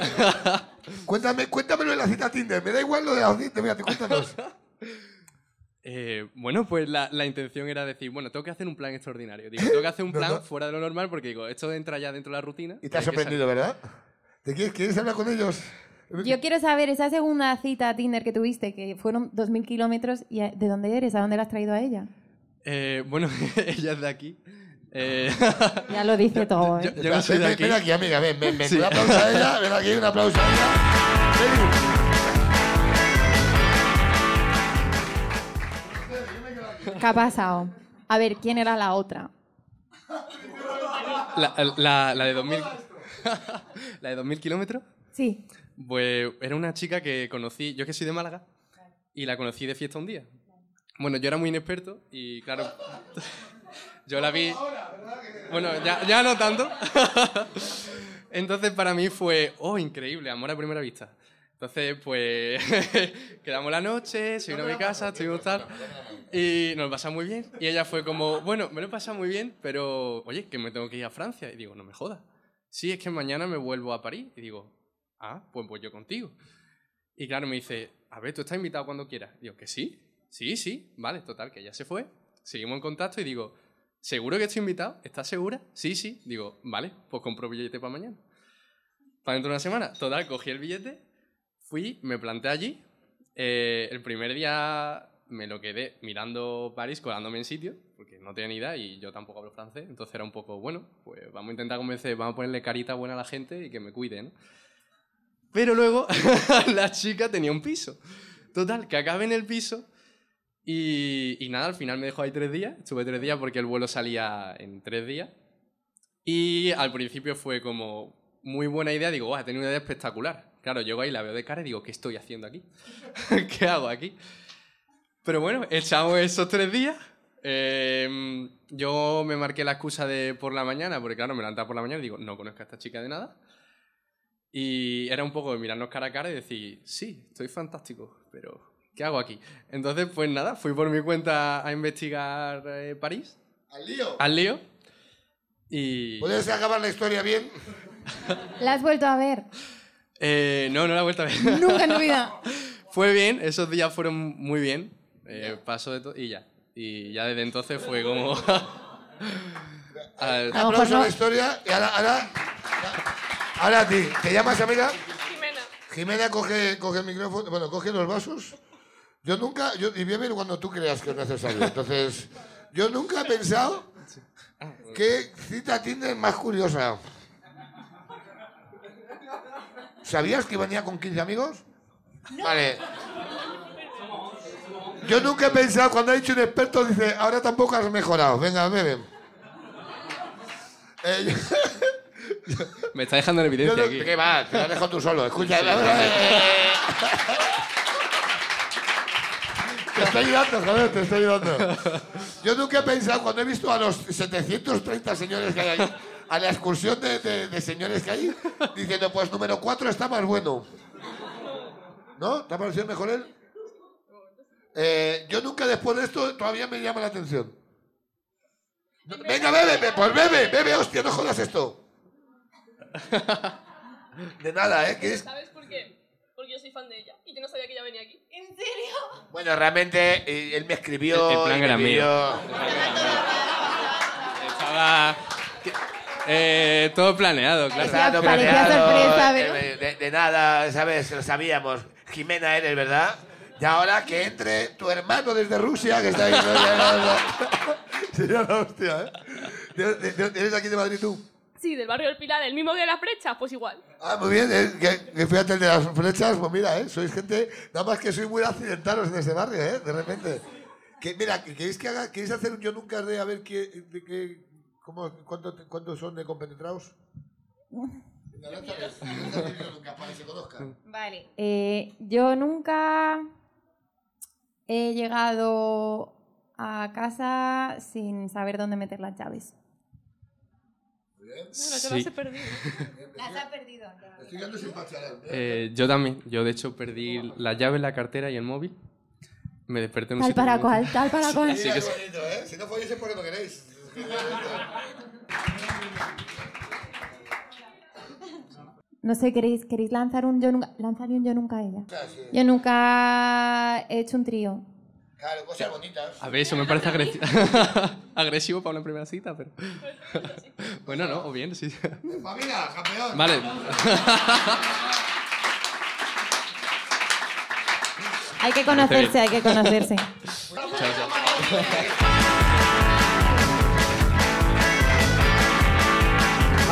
B: Cuéntame, cuéntamelo en la cita Tinder. Me da igual lo de la cita, mira, te cuéntanos.
E: Eh, bueno, pues la, la intención era decir, bueno, tengo que hacer un plan extraordinario. Digo, tengo que hacer
B: <laughs>
E: un
B: No,
E: plan
B: no.
E: fuera de lo normal porque digo, esto entra ya dentro de la rutina.
B: Y te has
E: hay que salir.
B: sorprendido, ¿verdad? ¿Te quieres, quieres hablar con ellos?
D: Yo quiero saber esa segunda cita a Tinder que tuviste, que fueron 2.000 kilómetros, y a- ¿de dónde eres? ¿A dónde la has traído a
B: <laughs>
D: ella?
E: Eh, bueno, <laughs> ella es de aquí. Eh,
B: <laughs>
D: Ya lo dice todo, ¿eh?
E: yo, yo no soy de
B: ven,
E: aquí.
B: ven Ah, aquí, amiga, ven, ven, ven.
E: Sí.
B: Un aplauso a ella, ven aquí, un aplauso a ella. Ven.
D: ¿Qué ha pasado? A ver, ¿quién era la otra?
E: La, la- la de 2000. <laughs> la de 2000 kilómetros.
D: Sí.
E: Pues era una chica que conocí, yo que soy de Málaga, y la conocí de fiesta un día. Bueno, yo era muy inexperto y claro, <laughs> yo la vi... Bueno, ya, ya no tanto. <laughs> Entonces para mí fue, oh, increíble, amor a primera vista. Entonces, pues, <laughs> quedamos la noche, se vino a mi casa, estuvimos tal, y nos lo pasamos muy bien. Y ella fue como, bueno, me lo he pasado muy bien, pero, oye, que me tengo que ir a Francia. Y digo, no me jodas. Sí, es que mañana me vuelvo a París. Y digo, ah, pues voy yo contigo. Y claro, me dice, a ver, tú estás invitado cuando quieras. Digo, que sí, sí, sí, vale, total, que ya se fue. Seguimos en contacto y digo, ¿seguro que estoy invitado? ¿Estás segura? Sí, sí. Digo, vale, pues compro billete para mañana. Para dentro de una semana. Total, cogí el billete, fui, me planté allí. Eh, el primer día me lo quedé mirando París, colándome en sitio, porque no tenía ni idea y yo tampoco hablo francés. Entonces era un poco, bueno, pues vamos a intentar convencer, vamos a ponerle carita buena a la gente y que me cuide, ¿no? Pero luego <laughs> la chica tenía un piso. Total, que acabé en el piso y, y nada, al final me dejó ahí tres días. Estuve tres días porque el vuelo salía en tres días. Y al principio fue como muy buena idea. Digo, guau, he tenido una idea espectacular. Claro, llego ahí, la veo de cara y digo, ¿qué estoy haciendo aquí? <laughs> ¿Qué hago aquí? Pero bueno, echamos esos tres días. Eh, yo me marqué la excusa de por la mañana, porque claro, me levantaba por la mañana y digo, no conozco a esta chica de nada. Y era un poco de mirarnos cara a cara y decir, sí, estoy fantástico, pero ¿qué hago aquí? Entonces, pues nada, fui por mi cuenta a investigar eh, París,
B: Al lío.
E: al lío. Y...
B: ¿Puedes acabar la historia bien?
D: ¿La has vuelto a ver?
E: Eh, no, no la he vuelto a ver.
D: <laughs> Nunca en tu vida.
E: <laughs> fue bien, esos días fueron muy bien. eh, paso de todo y ya. Y ya desde
B: <laughs>
E: entonces fue como... Al-
D: A lo mejor
B: Aplauso a la
D: no.
B: historia. Y ahora, ahora, ahora a ti. ¿Te llamas, amiga? Jimena coge, coge el micrófono, bueno, coge los vasos. Yo nunca, yo, y voy a ver cuando tú creas que es necesario. Entonces, yo nunca he pensado qué cita Tinder más curiosa. ¿Sabías que venía con 15 amigos? Vale. Yo nunca he pensado, cuando ha dicho un experto, dice, ahora tampoco has mejorado. Venga, beben. Eh,
E: Me está dejando en
B: yo
E: evidencia
B: no-
E: aquí.
B: ¿Qué va? Te lo dejo tú
E: <laughs>
B: solo. Escucha. Te estoy ayudando, joder, te estoy ayudando. Yo nunca he pensado, cuando he visto a los 730 señores que hay ahí, a la excursión de, de- de señores que hay, diciendo, pues número 4 está más bueno. ¿No? ¿Te ha parecido mejor él? Eh, yo nunca después de esto todavía me llama la atención. No, Venga, bebe, be- pues bebe, bebe, hostia, no jodas esto. De nada, ¿eh? Que es-
K: ¿Sabes por qué? Porque yo soy fan de ella y yo no sabía que ella venía aquí. ¿En serio?
B: Bueno, realmente eh, él me escribió.
E: El- el
B: y
E: plan
B: me
E: era mío.
B: pidió-
E: Estaba... Eh, todo planeado, claro.
B: Estaba todo
D: parecía
B: planeado,
D: sorpresa,
B: eh,
D: pero-
B: de, de nada, ¿sabes? Lo sabíamos. Jimena eres, ¿verdad? Y ahora que entre tu hermano desde Rusia, que está ahí. <laughs> Sería la hostia, ¿eh? De- de- de- ¿Eres de aquí de Madrid tú?
K: Sí, del barrio del Pilar, el mismo que de las flechas, pues igual.
B: Ah, muy bien, eh, que, que fíjate el de las flechas, pues mira, eh, sois gente, nada más que sois muy accidentados en este barrio, eh, de repente. Que, mira, que- ¿queréis, que haga, ¿queréis hacer un yo nunca de a ver qué, de qué, cómo, cuánto, te- cuántos son de compenetrados? Venga, lánzale, lánzale un yo nunca para que se conozcan.
D: Vale. eh, yo nunca he llegado a casa sin saber dónde meter las llaves.
K: Bueno, yo
E: Sí.
K: las he perdido.
D: Las ha perdido.
B: Estoy dando sin pacharán. eh.
E: Eh, yo también. Yo, de hecho, perdí la llave, la cartera y el móvil. Me desperté un
D: Tal
E: sitio
D: para
E: muy-
D: cual, tal para cual.
E: Así que
B: Qué bonito, eh. Si no folléis es porque no queréis.
D: No sé, ¿queréis, queréis lanzar un yo nunca? Lanzar un yo nunca a ella. Yo nunca he hecho un trío.
B: Claro, cosas bonitas.
E: A ver, eso me parece agresivo, <laughs> agresivo para una primera cita, pero... <laughs> bueno, no, o bien, sí.
B: Familia, campeón.
E: vale.
B: <laughs>
D: Hay que conocerse, hay que conocerse.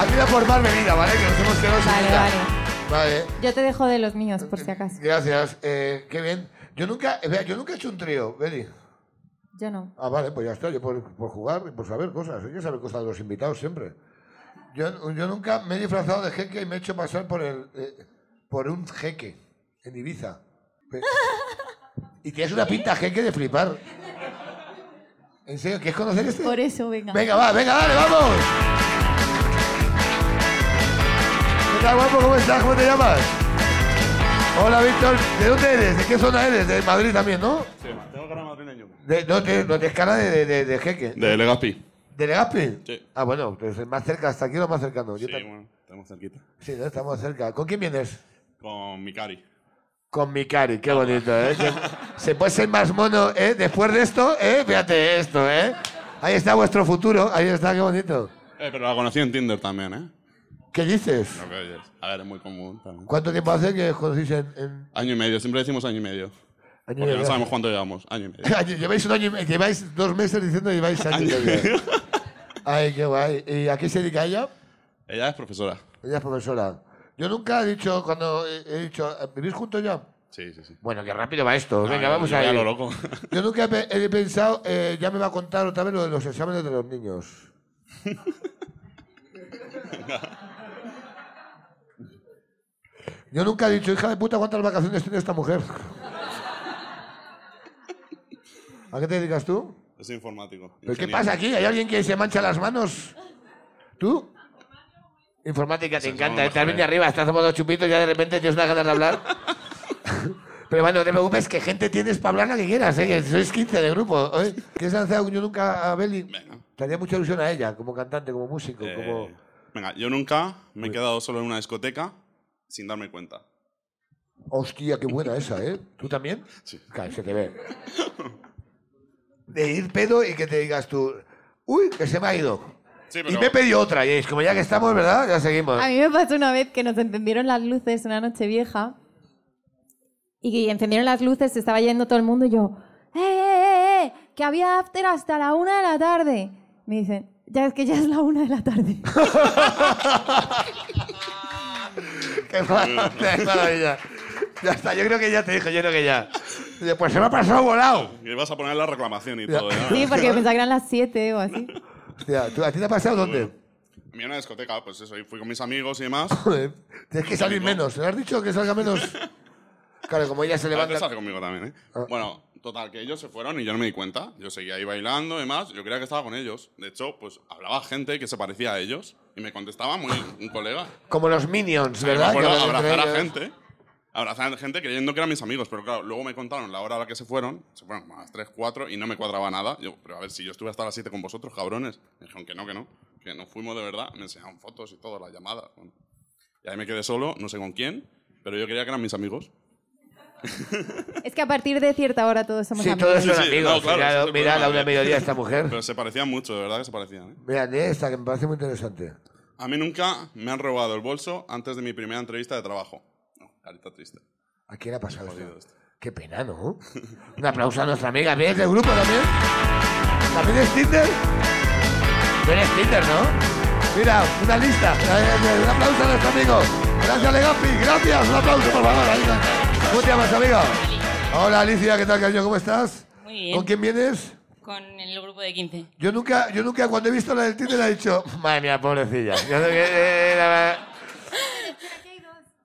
B: A mí voy a formar bebida, ¿vale? Que nos hemos quedado sin
D: Vale,
B: nada.
D: vale.
B: Vale.
D: Yo te dejo de los míos, por si acaso.
B: Gracias, eh, qué bien. Yo nunca, eh, vea, yo nunca he hecho un trío, Beli.
D: Yo no.
B: Ah, vale, pues ya está, yo por, por jugar y por saber cosas. Hay que saber cosas de los invitados siempre. Yo, yo nunca me he disfrazado de jeque y me he hecho pasar por, el, eh, por un jeque en Ibiza. Pe- y tienes una pinta jeque de flipar. ¿En serio? ¿Quieres conocer este?
D: Por eso, venga.
B: Venga, va, venga, dale, vamos. ¿Qué tal, guapo? ¿Cómo estás? ¿Cómo te llamas? Hola, Víctor. ¿De dónde eres? ¿De qué zona eres? De Madrid también, ¿no? Sí, tengo cara madrileño. no, te, no tienes cara de, de, de, de jeque.
L: <laughs> De Legazpi.
B: ¿De Legazpi?
L: Sí.
B: Ah, bueno, pues más cerca, hasta aquí lo más cercano. Yo
L: Sí,
B: tam-
L: bueno, estamos cerquita.
B: sí, ¿no? estamos cerca. ¿Con quién vienes?
L: Con Mikari. Ah,
B: Con Mikari, qué bonito, ¿eh? Que- Se puede ser más mono, ¿eh? Después de esto, ¿eh? Fíjate esto, ¿eh? Ahí está vuestro futuro, ahí está, qué bonito.
L: Eh, pero la conocí en Tinder también, ¿eh?
B: ¿Qué dices?
L: Lo que oyes. A ver, es muy común también.
B: ¿Cuánto tiempo hace que os conocéis en, en
L: Año y medio, siempre decimos año y medio.
B: año y
L: Porque no
B: medio?
L: sabemos cuánto llevamos. Año y medio.
B: <laughs> Año- lleváis, un año y me- lleváis dos meses diciendo que lleváis año y medio. Ay, qué guay. ¿Y a qué se dedica ella?
L: Ella es profesora.
B: Ella es profesora. Yo nunca he dicho, cuando he, he dicho, eh, ¿vivís juntos ya?
L: Sí, sí, sí.
B: Bueno, qué rápido va esto. Venga,
L: Ah,
B: vamos
L: yo
B: a
L: voy
B: ir.
L: lo loco.
B: Yo nunca he, pe- he pensado, eh, ya me va a contar otra vez lo de los exámenes de los niños. Yo nunca he dicho, hija de puta, ¿cuántas vacaciones tiene esta mujer? ¿A qué te dedicas tú?
L: es informático.
B: ¿Pero qué
L: ingeniero.
B: pasa aquí? ¿Hay alguien que se mancha las manos? ¿Tú? Informática, te
L: Sí,
B: encanta.
L: somos
B: Estás bien de
L: mejores.
B: arriba, estás tomando chupitos y ya de repente tienes una ganas de hablar. <laughs> Pero bueno, no te preocupes, que gente tienes para hablar la que quieras, ¿eh? que sois 15 de grupo. ¿eh? ¿Quieres lanzar un yo nunca a Beli?
L: Venga.
B: Te haría mucha ilusión a ella, como cantante, como músico,
L: Eh,
B: como...
L: Venga, yo nunca me he quedado solo en una discoteca sin darme cuenta.
B: Hostia, qué buena esa, ¿eh? ¿Tú también?
L: Sí.
B: Claro, se te ve. De ir pedo y que te digas tú, uy, que se me ha ido.
L: Sí,
B: Y
L: pero-
B: me he pedido otra, y es como ya que estamos, ¿verdad? Ya seguimos.
D: A
B: <laughs>
D: mí me pasó una vez que nos encendieron las luces una noche vieja y que encendieron las luces, se estaba yendo todo el mundo y yo, ¡eh, eh, eh! eh, que había after hasta la una de la tarde. Me dicen, ya es que ya es la una de la
B: <laughs>
D: tarde.
B: <laughs> Qué maravilla, qué maravilla. Ya está, yo creo que ya te dijo, yo creo que ya. Dice, Pues se me ha pasado volado.
L: Y vas a poner la reclamación y
B: Ya.
L: todo. ¿ya?
D: Sí, porque pensaba que eran las siete o así.
B: Hostia, ¿tú- ¿a ti te ha pasado dónde?
L: A mí en una discoteca, pues eso, y fui con mis amigos y demás.
B: Joder, tienes que salir menos. ¿Le has dicho que salga menos? Claro, como ella se
L: A veces
B: levanta.
L: hace Ah, conmigo también, ¿eh?
B: Ah.
L: Bueno, total, que ellos se fueron y yo no me di cuenta. Yo seguía ahí bailando y demás. Yo creía que estaba con ellos. De hecho, pues hablaba gente que se parecía a ellos y me contestaba muy un colega.
B: Como los minions,
L: Yo me
B: ¿verdad?
L: acuerdo
B: Que van entre
L: abrazar a
B: ellos.
L: gente. Abrazar a gente creyendo que eran mis amigos, pero claro, luego me contaron la hora a la que se fueron, se fueron como a las 3, 4 y no me cuadraba nada. Yo, pero a ver, si yo estuve hasta las 7 con vosotros, cabrones. Me dijeron que no, que no, que no fuimos de verdad. Me enseñaron fotos y todo, la llamada. Bueno. Y ahí me quedé solo, no sé con quién, pero yo creía que eran mis amigos.
D: Es que a partir de cierta hora todos somos
B: Sí,
D: amigos.
B: todos son
L: Sí, sí,
B: amigos.
L: no, claro, ese es el
B: Mirad, mirad a
L: problema.
B: una mediodía esta mujer.
L: Pero se parecían mucho, de verdad que se parecían. ¿eh?
B: Mirad, esta que me parece muy interesante.
L: A mí nunca me han robado el bolso antes de mi primera entrevista de trabajo. No, carita triste.
B: ¿A quién ha pasado esto? Qué pena, ¿no? Un aplauso a nuestra amiga. ¿Ves del grupo también? ¿También es Tinder? Tú eres Tinder, ¿no? Mira, una lista. Eh, Un aplauso a nuestro amigo. Gracias, Legapi. Gracias. Un aplauso, por favor. Ahí está. ¿Cómo te llamas, amiga? Hola, Alicia. ¿Qué tal, cariño? ¿Cómo estás?
M: Muy bien.
B: ¿Con quién vienes?
M: Con el grupo de 15.
B: Yo nunca, yo nunca cuando he visto la del Tinder he dicho, madre mía, pobrecilla. Yo sé que, eh, la verdad-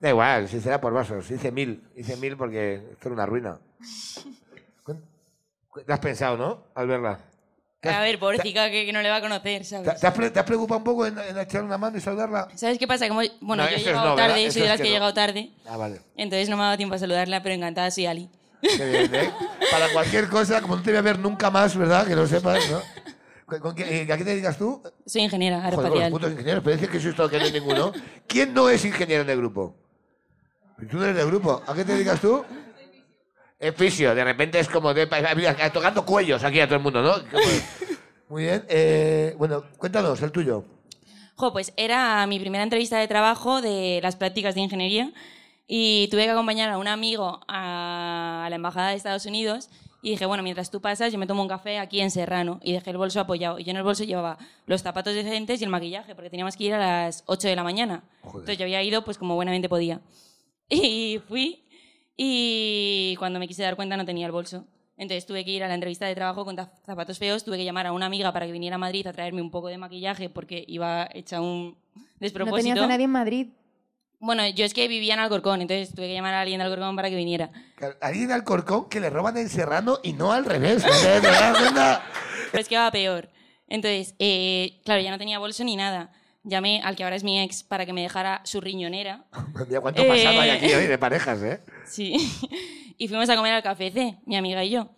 B: Da igual, si será por vasos. Hice mil. Hice mil porque esto era una ruina. ¿Te has pensado, no? Al verla.
M: A ver, pobrecita, que, que no le va a conocer,
B: ¿Te,
M: ¿sabes?
B: te has, pre- te has preocupado un poco en, en echarle una mano y saludarla?
M: ¿Sabes qué pasa? Como, bueno,
B: No,
M: yo he
B: eso es
M: llegado
B: no, ¿verdad?
M: tarde,
B: Eso
M: soy de
B: es
M: las
B: que
M: que, he
B: no.
M: llegado tarde,
B: Ah, vale.
M: entonces no me ha dado tiempo a saludarla, pero encantada soy Ali.
B: Qué bien, ¿eh? Para cualquier cosa, como no te voy a ver nunca más, ¿verdad? Que lo sepas, ¿no? ¿Con- con qué- eh, ¿A qué te dedicas tú?
M: Soy ingeniera
B: Joder, con los
M: aeroespacial.
B: putos ingenieros, pero dices que sois todos que no hay ninguno. ¿Quién no es ingeniero en el grupo? Pues Tú no eres del grupo. ¿A qué te dedicas tú? Es fisio. De repente es como de, mira, tocando cuellos aquí a todo el mundo, ¿no? Como- Muy bien. eh, bueno, cuéntanos, el tuyo.
M: Jo, pues era mi primera entrevista de trabajo de las prácticas de ingeniería y tuve que acompañar a un amigo a la embajada de Estados Unidos y dije, bueno, mientras tú pasas, yo me tomo un café aquí en Serrano y dejé el bolso apoyado. Y yo en el bolso llevaba los zapatos decentes y el maquillaje porque teníamos que ir a las 8 de la mañana. Entonces yo había ido pues como buenamente podía. Y fui y cuando me quise dar cuenta no tenía el bolso. Entonces tuve que ir a la entrevista de trabajo con ta- zapatos feos, tuve que llamar a una amiga para que viniera a Madrid a traerme un poco de maquillaje porque iba hecha un <laughs>
D: No
M: despropósito.
D: tenías a nadie en Madrid.
M: Bueno, yo es que vivía en Alcorcón, entonces tuve que llamar a alguien de Alcorcón para que
D: <laughs>
M: viniera.
B: Alguien al corcón que le roban en Serrano y no al revés. ¿no? ¿Te das cuenta?
M: Pero es que va peor. Entonces, eh, claro, ya no tenía bolso ni nada. Llamé al que ahora es mi ex para que me dejara su riñonera.
B: Mira ¿Cuánto
M: Eh.
B: pasado hay aquí hoy de parejas, eh?
M: Sí. <laughs> Y fuimos a comer al café C, mi amiga y yo.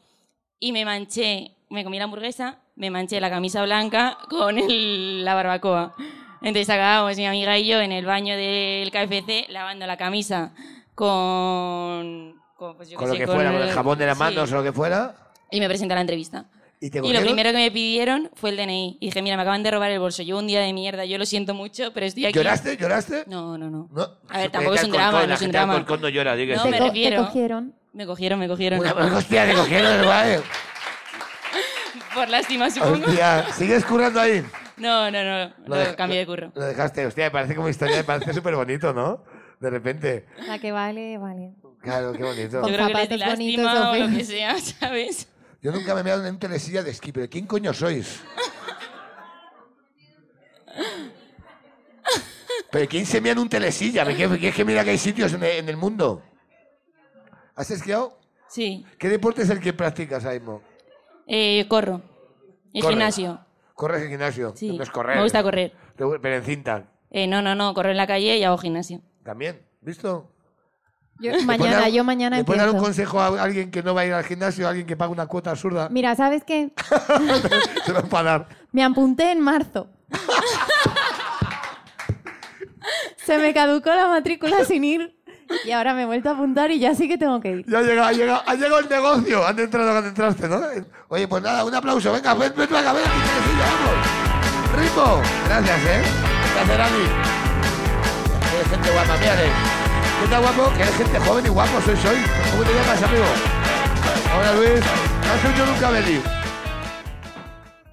M: Y me manché, me comí la hamburguesa, me manché la camisa blanca con el- la barbacoa. Entonces acabamos mi amiga y yo en el baño del KFC lavando la camisa con... Con, pues yo qué
B: Con lo
M: sé,
B: que fuera, con el jabón de las
M: sí.
B: manos o lo que fuera.
M: Y me presenté a la entrevista.
B: Y te
M: Y lo
B: cogieron.
M: primero que me pidieron fue el DNI. Y dije, mira, me acaban de robar el bolso. Llevo un día de mierda, yo lo siento mucho, pero estoy aquí.
B: ¿Lloraste? ¿Lloraste?
M: No, no, no.
B: No.
M: A ver,
B: Pero
M: tampoco
B: que
M: es un
B: al corcón,
M: drama, no
B: la
M: es un
B: gente al
M: drama.
B: corcón no llora, diga
M: No,
B: sí.
M: me
B: Te co- te
M: refiero.
D: cogieron?
M: Me cogieron, me cogieron.
B: Una- hostia, te cogieron, guay.
M: <laughs> Por lástima, supongo.
B: Hostia, ¿sigues currando ahí?
M: No, no, no.
B: Lo
M: Lo
B: deja-
M: cambié de curro.
B: Lo dejaste, hostia, me parece como historia, me parece súper bonito, ¿no? De repente.
D: La que vale, vale.
B: Claro, qué bonito.
M: Yo creo que le di
D: zapatos bonitos,
M: lástima o lo que
D: ofensas.
M: sea, <laughs> ¿sabes?
B: Yo nunca me he meado en un telesilla de esquí, pero ¿quién coño sois? ¿Pero quién se mea en un telesilla? Me que- que Es que mira que hay sitios en el, en el mundo. ¿Has esquiado?
M: Sí.
B: ¿Qué deporte es el que practicas, Aimo?
M: Eh, corro. Y
B: Corre.
M: gimnasio.
B: ¿Corres en gimnasio?
M: Sí.
B: No es correr.
M: Me gusta correr.
B: Pero en cinta.
M: Eh, no, no, no. Corro en la calle y hago gimnasio.
B: También, ¿visto?
D: Yo-
B: ¿Le puedes
D: mañana,
B: dar-
D: yo mañana
B: ¿Le puedes dar un
D: empiezo.
B: consejo a alguien que no va a ir al gimnasio, a alguien que paga una cuota absurda?
D: Mira, ¿sabes qué?
B: <laughs> Se va a enfadar.
D: Me apunté en marzo. Se me caducó la matrícula sin ir y ahora me he vuelto a apuntar y ya sí que tengo que ir.
B: Ya ha llegado, ha llegado, ha llegado el negocio. Han entrado cuando entraste, ¿no? Oye, pues nada, un aplauso. Venga, ven, ven, venga, ven aquí, Teresilla, vamos. Ripo, gracias, ¿eh? Gracias, Ari. Eres gente guapa, mírate. ¿Qué tal, guapo? Que eres gente joven y guapo, soy, soy. ¿Cómo te llamas, amigo? Hola, Luis. No soy yo nunca venir.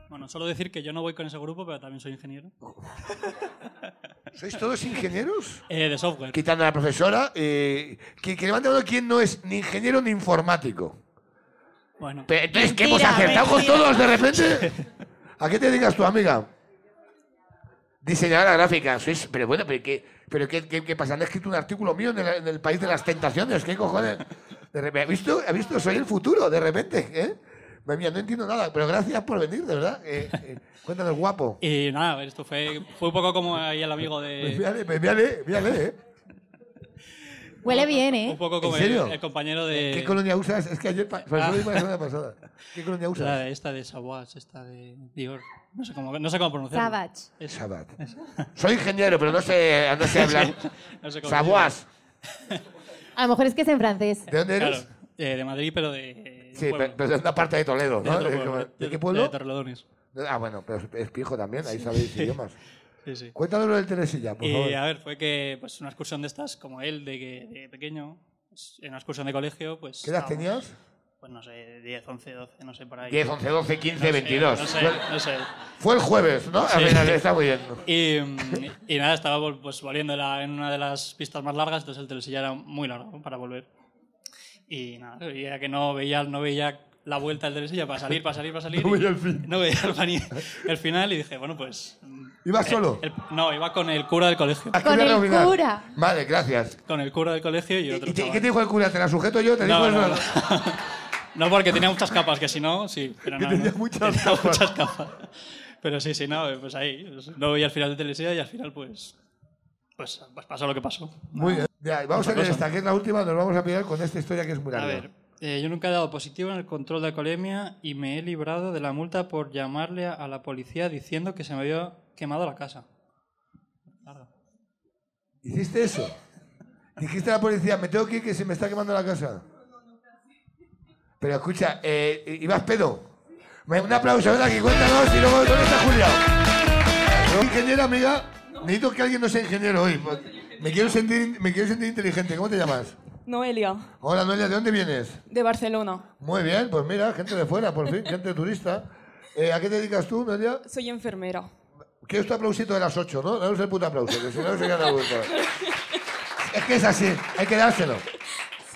N: Bueno, solo decir que yo no voy con ese grupo, pero también soy ingeniero.
B: ¿Sois todos ingenieros?
N: Eh, de software.
B: Quitando a la profesora, eh, que, que levante la mano quien no es ni ingeniero ni informático.
N: Bueno.
B: Pero entonces, ¿qué hemos acertado con todos de repente? <laughs> ¿A qué te dedicas tu amiga? Diseñadora gráfica. Sois, pero bueno, pero ¿qué, pero qué, qué- qué pasa? Han escrito un artículo mío en el, en el País de las Tentaciones. ¿Qué cojones? De repente, ¿ha visto? ¿Ha visto? Soy el futuro, de repente. ¿eh? Madre mía, no entiendo nada, pero gracias por venir, de verdad. Eh, eh, cuéntanos, guapo.
N: Y nada, a ver, esto fue, fue un poco como ahí el amigo
B: Pues
N: de.
B: mírale, pues mírale, mírale, ¿eh?
D: Huele bien, ¿eh?
N: Un poco como
B: ¿En serio?
N: el, el compañero de. Ah.
B: ¿Qué colonia usas? Es que ayer pa- pues pasó lo mismo la semana pasada. ¿Qué colonia usas?
N: La de- esta de Sauvage, esta de Dior. No sé cómo, no sé cómo pronunciarlo.
D: Savage.
N: Eso.
B: Sabat. Soy ingeniero, pero no sé, no sé hablar.
N: <laughs> No sé cómo
B: Sabuas.
D: A lo mejor es que es en francés.
B: ¿De dónde eres?
N: Claro, eh, de Madrid, pero de.
B: Sí, pe- pero de una parte de Toledo,
N: De
B: ¿no?
N: otro
B: Es
N: pueblo,
B: como-
N: de-
B: ¿De qué
N: de-
B: pueblo?
N: de Torrelodones.
B: Ah, bueno, pero es pijo también, ahí sabéis idiomas.
N: Sí, sí.
B: Cuéntanos lo del Teresilla, por
N: y
B: favor.
N: a ver, fue que pues una excursión de estas, como él, de que de pequeño, pues, en una excursión de colegio, pues.
B: ¿Qué edad
N: estábamos- Pues no sé, 10, 11, 12, no sé por ahí.
B: 10, 11, 12, 15,
N: No sé,
B: 22.
N: No sé,
B: Fue-
N: no sé.
B: fue el jueves, ¿no? A ver, a ver, está muy bien.
N: Y, mm, y nada, estaba vol- pues, volviendo en la- en una de las pistas más largas, entonces el telesilla era muy largo para volver. Y nada, veía que no veía, no veía la vuelta del telesilla para salir, para salir, para salir.
B: No
N: y
B: veía el fin.
N: No veía el, pani- el final y dije, bueno, pues... mm,
B: ¿Iba
N: eh,
B: solo?
N: el- no, iba con el cura del colegio.
B: Ah, quería nominar. Vale, gracias.
N: Con el cura del colegio y otro
B: ¿Y te-
N: chaval.
B: qué te dijo el cura? ¿Te la sujeto yo? ¿Te
N: No,
B: dijo el-
N: no, <laughs> no. No, porque tenía muchas capas, que si no, sí. Pero no, tenía muchas capas. Pero sí, sí, no, eh, pues ahí. pues, No veía al final de Telesida y al final, pues, pues, pues pasó lo que pasó.
B: Muy
N: No.
B: bien. Ya, vamos a
N: Otra
B: ver
N: cosa.
B: esta, que es la última. Nos vamos a pillar con esta historia que es muy
N: A
B: larga.
N: ver, eh, yo nunca he dado positivo en el control de alcoholemia y me he librado de la multa por llamarle a la policía diciendo que se me había quemado la casa.
B: ¿Hiciste eso? Dijiste a la policía, me tengo que ir que se me está quemando la casa. Pero escucha, eh, ¿ibas pedo? Me- Un aplauso, ¿verdad? Que cuéntanos y luego ¿dónde está Julia? Ingeniera, amiga, necesito que alguien no sea ingeniero hoy. porque Me quiero sentir, me quiero sentir inteligente. ¿Cómo te llamas?
K: Noelia,
B: Hola, Noelia, ¿de dónde vienes?
K: de Barcelona.
B: Muy bien, pues mira, gente de fuera, por fin, gente turista. Eh, ¿A qué te dedicas tú, Noelia?
K: Soy enfermera.
B: Quiero tu aplausito de las 8, ¿no? Danos el puto aplauso, que Pues si no, no se queda
K: <laughs>
B: la vuelta. Es que es así, hay que dárselo.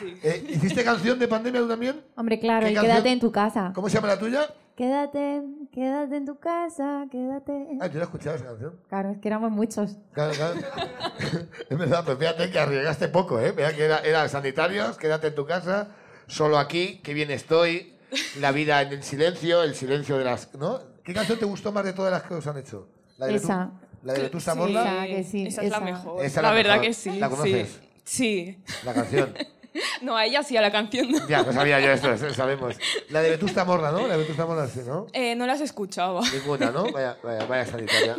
B: Eh, ¿Hiciste canción de pandemia tú también?
D: Hombre, claro,
B: ¿Qué
D: y
B: canción?
D: quédate en tu casa.
B: ¿Cómo se llama la tuya?
D: Quédate, quédate en tu casa, quédate.
B: Ah, yo la escuchaba esa canción.
D: Claro, es que éramos muchos.
B: Claro, claro. <laughs> es verdad, pues fíjate que arriesgaste poco, ¿eh? Mira que era, era sanitarios, quédate en tu casa, solo aquí, qué bien estoy, la vida en el silencio, el silencio de las... ¿No? ¿Qué canción te gustó más de todas las que os han hecho? ¿La de
D: Esa.
B: Betu- ¿La de Vetusta
K: Sí,
B: Morla?
K: esa que sí, Esa es la esa. mejor. La verdad que sí,
B: ¿La
K: sí.
B: conoces?
K: Sí.
B: La canción.
K: No, a ella sí, a la canción. no.
B: Ya, no sabía yo esto, eso sabemos. La de Vetusta Morla, ¿no? La de Vetusta Morla, sí, ¿no?
K: Eh, no las escuchaba. <laughs>
B: Ninguna, ¿no? Vaya, vaya, vaya sanitaria.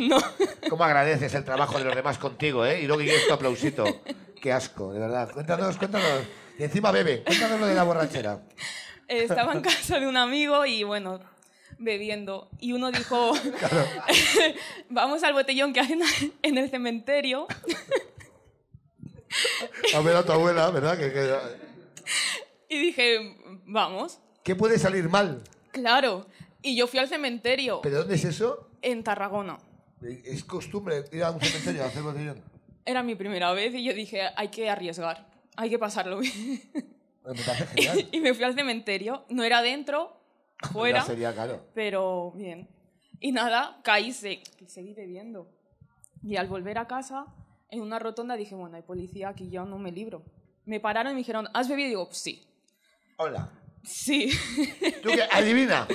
B: ¿Cómo agradeces el trabajo de los demás contigo, eh? Y luego quieres tu aplausito. Qué asco, de verdad. Cuéntanos, cuéntanos. Y encima bebe. Cuéntanos lo de la borrachera.
K: Eh, estaba en casa de un amigo y bueno, bebiendo. Y uno
B: <laughs>
K: dijo, <laughs> "Eh, vamos al botellón que hacen en el cementerio.
B: A ver a tu abuela, ¿verdad? Que- que-
K: Y dije, vamos,
B: ¿Qué puede salir mal?
K: claro. Y yo fui al cementerio
B: ¿Pero dónde es eso?
K: en Tarragona.
B: Es costumbre ir a un cementerio a hacer botellón.
K: Era mi primera vez y yo dije, hay que arriesgar, hay que pasarlo bien.
B: Me parece genial.
K: <laughs> y me fui al cementerio, no era dentro,
B: Ya
K: fuera,
B: sería caro.
K: pero bien. Y nada, caí, se- y seguí bebiendo. Y al volver a casa, en una rotonda dije, bueno, hay policía aquí, yo no me libro. Me pararon y me dijeron, ¿has bebido? Y digo, sí. <laughs>
B: Hola.
K: Sí.
B: ¿Tú qué? Adivina.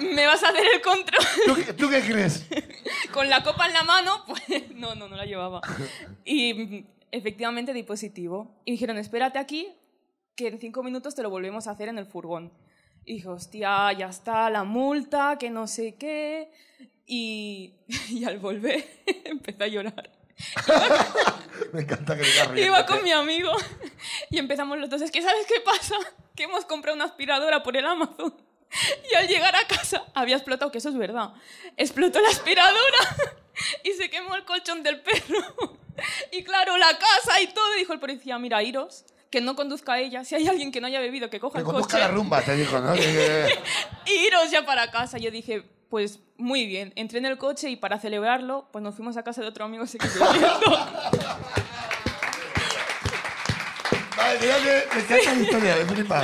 K: ¿Me vas a hacer el control?
B: ¿Tú qué, tú qué crees?
K: <laughs> Con la copa en la mano, pues <laughs> no, no, no la llevaba. Y mm, efectivamente di positivo. Y dijeron, espérate aquí, que en cinco minutos te lo volvemos a hacer en el furgón. Y dije, hostia, ya está la multa, que no sé qué. Y, <laughs> y al volver <laughs> empecé a llorar.
B: Me encanta que digas
K: Iba
B: riéndote.
K: con mi amigo <laughs> y empezamos los dos. Es que, ¿sabes qué pasa? Que hemos comprado una aspiradora por el Amazon. Y al llegar a casa había explotado, que eso es verdad. Explotó la aspiradora <laughs> y se quemó el colchón del perro. <laughs> Y claro, la casa y todo. Y dijo el policía, mira, iros, que no conduzca ella. Si hay alguien que no haya bebido, que coja
B: Que
K: el
B: conduzca
K: coche.
B: la rumba, te dijo, ¿no? Que- que-
K: Y iros ya para casa. Yo dije, pues muy bien. Entré en el coche y para celebrarlo, pues nos fuimos a casa de otro amigo. Se quedó <laughs>
B: Madre mía, me, me encanta la historia, me flipa.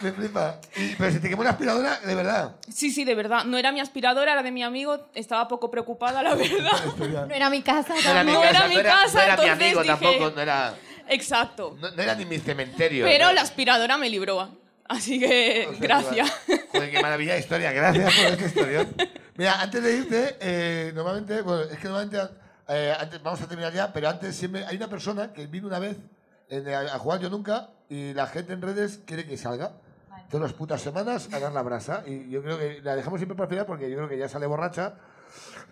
B: Me flipa. Y- pero se te quemó una aspiradora,
K: <laughs>
B: de verdad.
K: Sí, sí, de verdad. No era mi aspiradora, era de mi amigo. Estaba poco preocupada, la
O: <laughs>
K: verdad.
D: No era mi casa.
B: No era mi
K: No
B: casa,
K: era mi
B: no era, no
K: casa,
B: era mi
K: entonces
B: amigo
K: dije-
B: tampoco, no era,
K: Exacto.
B: no, no era ni mi cementerio.
K: Pero
B: ¿no?
K: la aspiradora me libró. Así que, gracias.
B: Joder, qué maravilla de historia, gracias por esta historia. este Mira, antes de irte, eh, normalmente, bueno, es que normalmente, eh, antes, vamos a terminar ya, pero antes siempre hay una persona que vino una vez en- a, a jugar yo nunca y la gente en redes quiere que salga. Todas las putas semanas a dar la brasa. Y yo creo que la dejamos siempre para el final porque yo creo que ya sale borracha.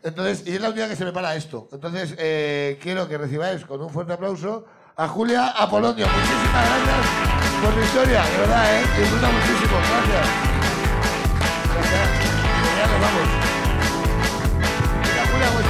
B: Entonces, y es la única que se me para esto. Entonces, eh, quiero que recibáis con un fuerte aplauso a Julia Apolonio. Muchísimas gracias por tu historia, de verdad, ¿eh? Disfruta muchísimo, gracias. Gracias. Ya nos vamos. Mira, Julia, pues,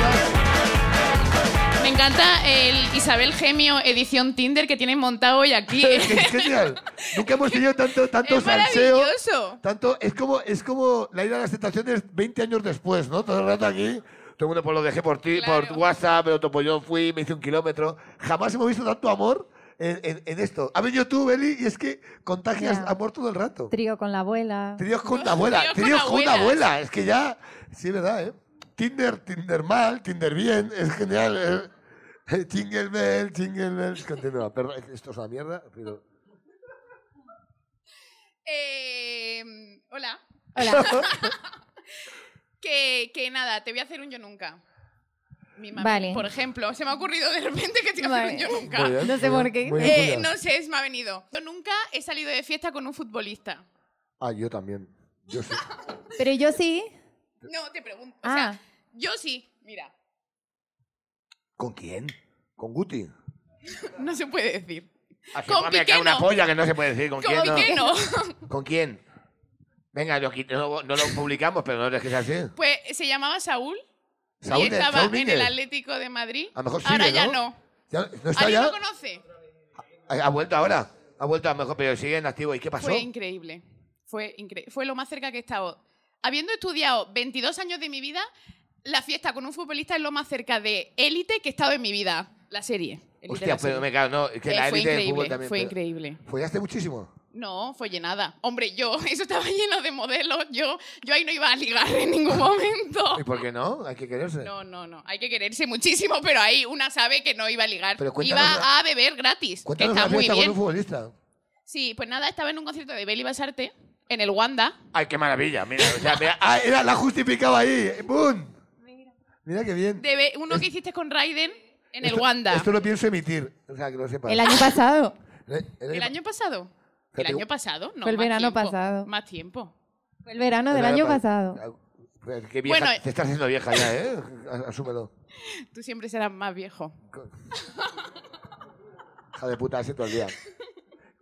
B: ya.
O: Me encanta el Isabel Gemio edición Tinder que tienen montado hoy
D: <laughs>
O: aquí.
B: <laughs> es
O: <laughs>
B: genial. Nunca hemos tenido tanto, tanto
O: Es
B: salseo.
O: maravilloso.
B: Tanto, es, como, es como la ida a las tentaciones 20 años después, ¿no? Todo el rato aquí. Todo el mundo pues, lo dejé por ti, por WhatsApp, pero pues, yo fui, me hice un kilómetro. Jamás hemos visto tanto amor en, en- en esto. Ha venido tú, Beli, y es que contagias
D: Ya.
B: amor todo el rato.
D: Trío con la abuela.
B: Tríos con la abuela,
D: Tríos con
B: tríos con la
D: abuelas.
B: abuela. Es que ya, sí, es verdad, ¿eh? Tinder, Tinder mal, Tinder bien, es genial. ¿eh? <laughs> Jingle bell, jingle bell. Continúa, perdón, esto es una mierda, pero...
O: Eh, hola.
B: Hola.
O: <laughs> que, que nada, te voy a hacer un yo nunca. Mi mami,
D: Vale.
O: por ejemplo. Se me ha ocurrido de repente que te voy a hacer
D: Vale.
O: un yo nunca.
D: Muy bien, No sé muy por bien, qué. muy bien,
O: Eh,
D: muy bien.
O: no sé, se me ha venido. Yo nunca he salido de fiesta con un futbolista.
B: Ah, yo también. Yo sí.
D: Pero yo sí.
O: No, te pregunto. O
D: Ah,
O: sea, yo sí, mira,
B: <laughs>
O: <laughs>
B: ¿Con quién? ¿Con Guti?
O: no se puede decir.
B: Así,
O: Con
B: póngame acá
O: Piqué
B: una
O: no.
B: polla que no se puede decir. ¿Con,
O: Con
B: quién no?
O: Piqué no.
D: <laughs>
B: ¿Con quién? Venga, lo quit- no, no lo publicamos, pero no es que sea así.
O: Pues se llamaba Saúl.
B: Saúl
O: y
B: de-
O: estaba en
B: Saúl Níguez.
O: el Atlético de Madrid.
B: A lo mejor
O: Ahora
B: sigue,
O: ya
B: ¿no?
O: no.
B: ¿Ya- ¿No está
O: ¿Alguien
B: ya?
O: lo conoce?
B: Ha ha vuelto ahora. Ha vuelto a lo mejor, pero sigue en activo. ¿Y qué pasó?
O: Fue increíble. Fue increíble. Fue lo más cerca que he estado. Habiendo estudiado 22 años de mi vida, la fiesta con un futbolista es lo más cerca de élite que he estado en mi vida. La serie. Élite de
B: Hostia,
O: la
B: pero
O: serie.
B: me cago, no. Es que
O: Eh,
B: la
O: fue
B: élite del fútbol
O: increíble,
B: también.
O: fue
B: pero-
O: increíble.
B: ¿Follaste muchísimo?
O: No, fue llenada. Hombre, yo, <laughs> eso estaba lleno de modelos. Yo, yo ahí no iba a ligar en ningún momento.
B: ¿Y por qué no? Hay que quererse.
O: No, no, no. Hay que quererse muchísimo, pero ahí una sabe que no iba a ligar.
B: Pero
O: Iba
B: cuéntanos la-
O: a beber gratis. que
B: Cuéntanos
O: está
B: la
O: muy
B: fiesta con
O: bien.
B: un futbolista.
O: Sí, pues nada, estaba en un concierto de Beli Basarte, en el Wanda.
B: Ay, qué maravilla. Mira, o sea, mira, <laughs> ah, era- la justificaba ahí. ¡Bum! Mira qué bien.
O: de Be- uno que hiciste con Raiden en el
B: Esto-
O: Wanda.
B: Esto lo pienso emitir. O sea, que Eh, lo sepas.
D: el año pasado.
B: El- el
O: ¿El
B: año-
O: año pasado?
B: Fue
O: ¿El
B: el-
O: año pasado? No,
D: Fue el
O: más
D: verano
O: tiempo,
D: pasado.
O: Más tiempo.
D: Fue el verano del
B: Era
D: año
B: pa-
D: pasado.
B: Pues, Qué vieja.
O: Bueno,
B: te estás haciendo vieja ya, ¿eh? A- Asúmelo.
O: Tú siempre serás más viejo.
B: Hija de puta, así todo el día.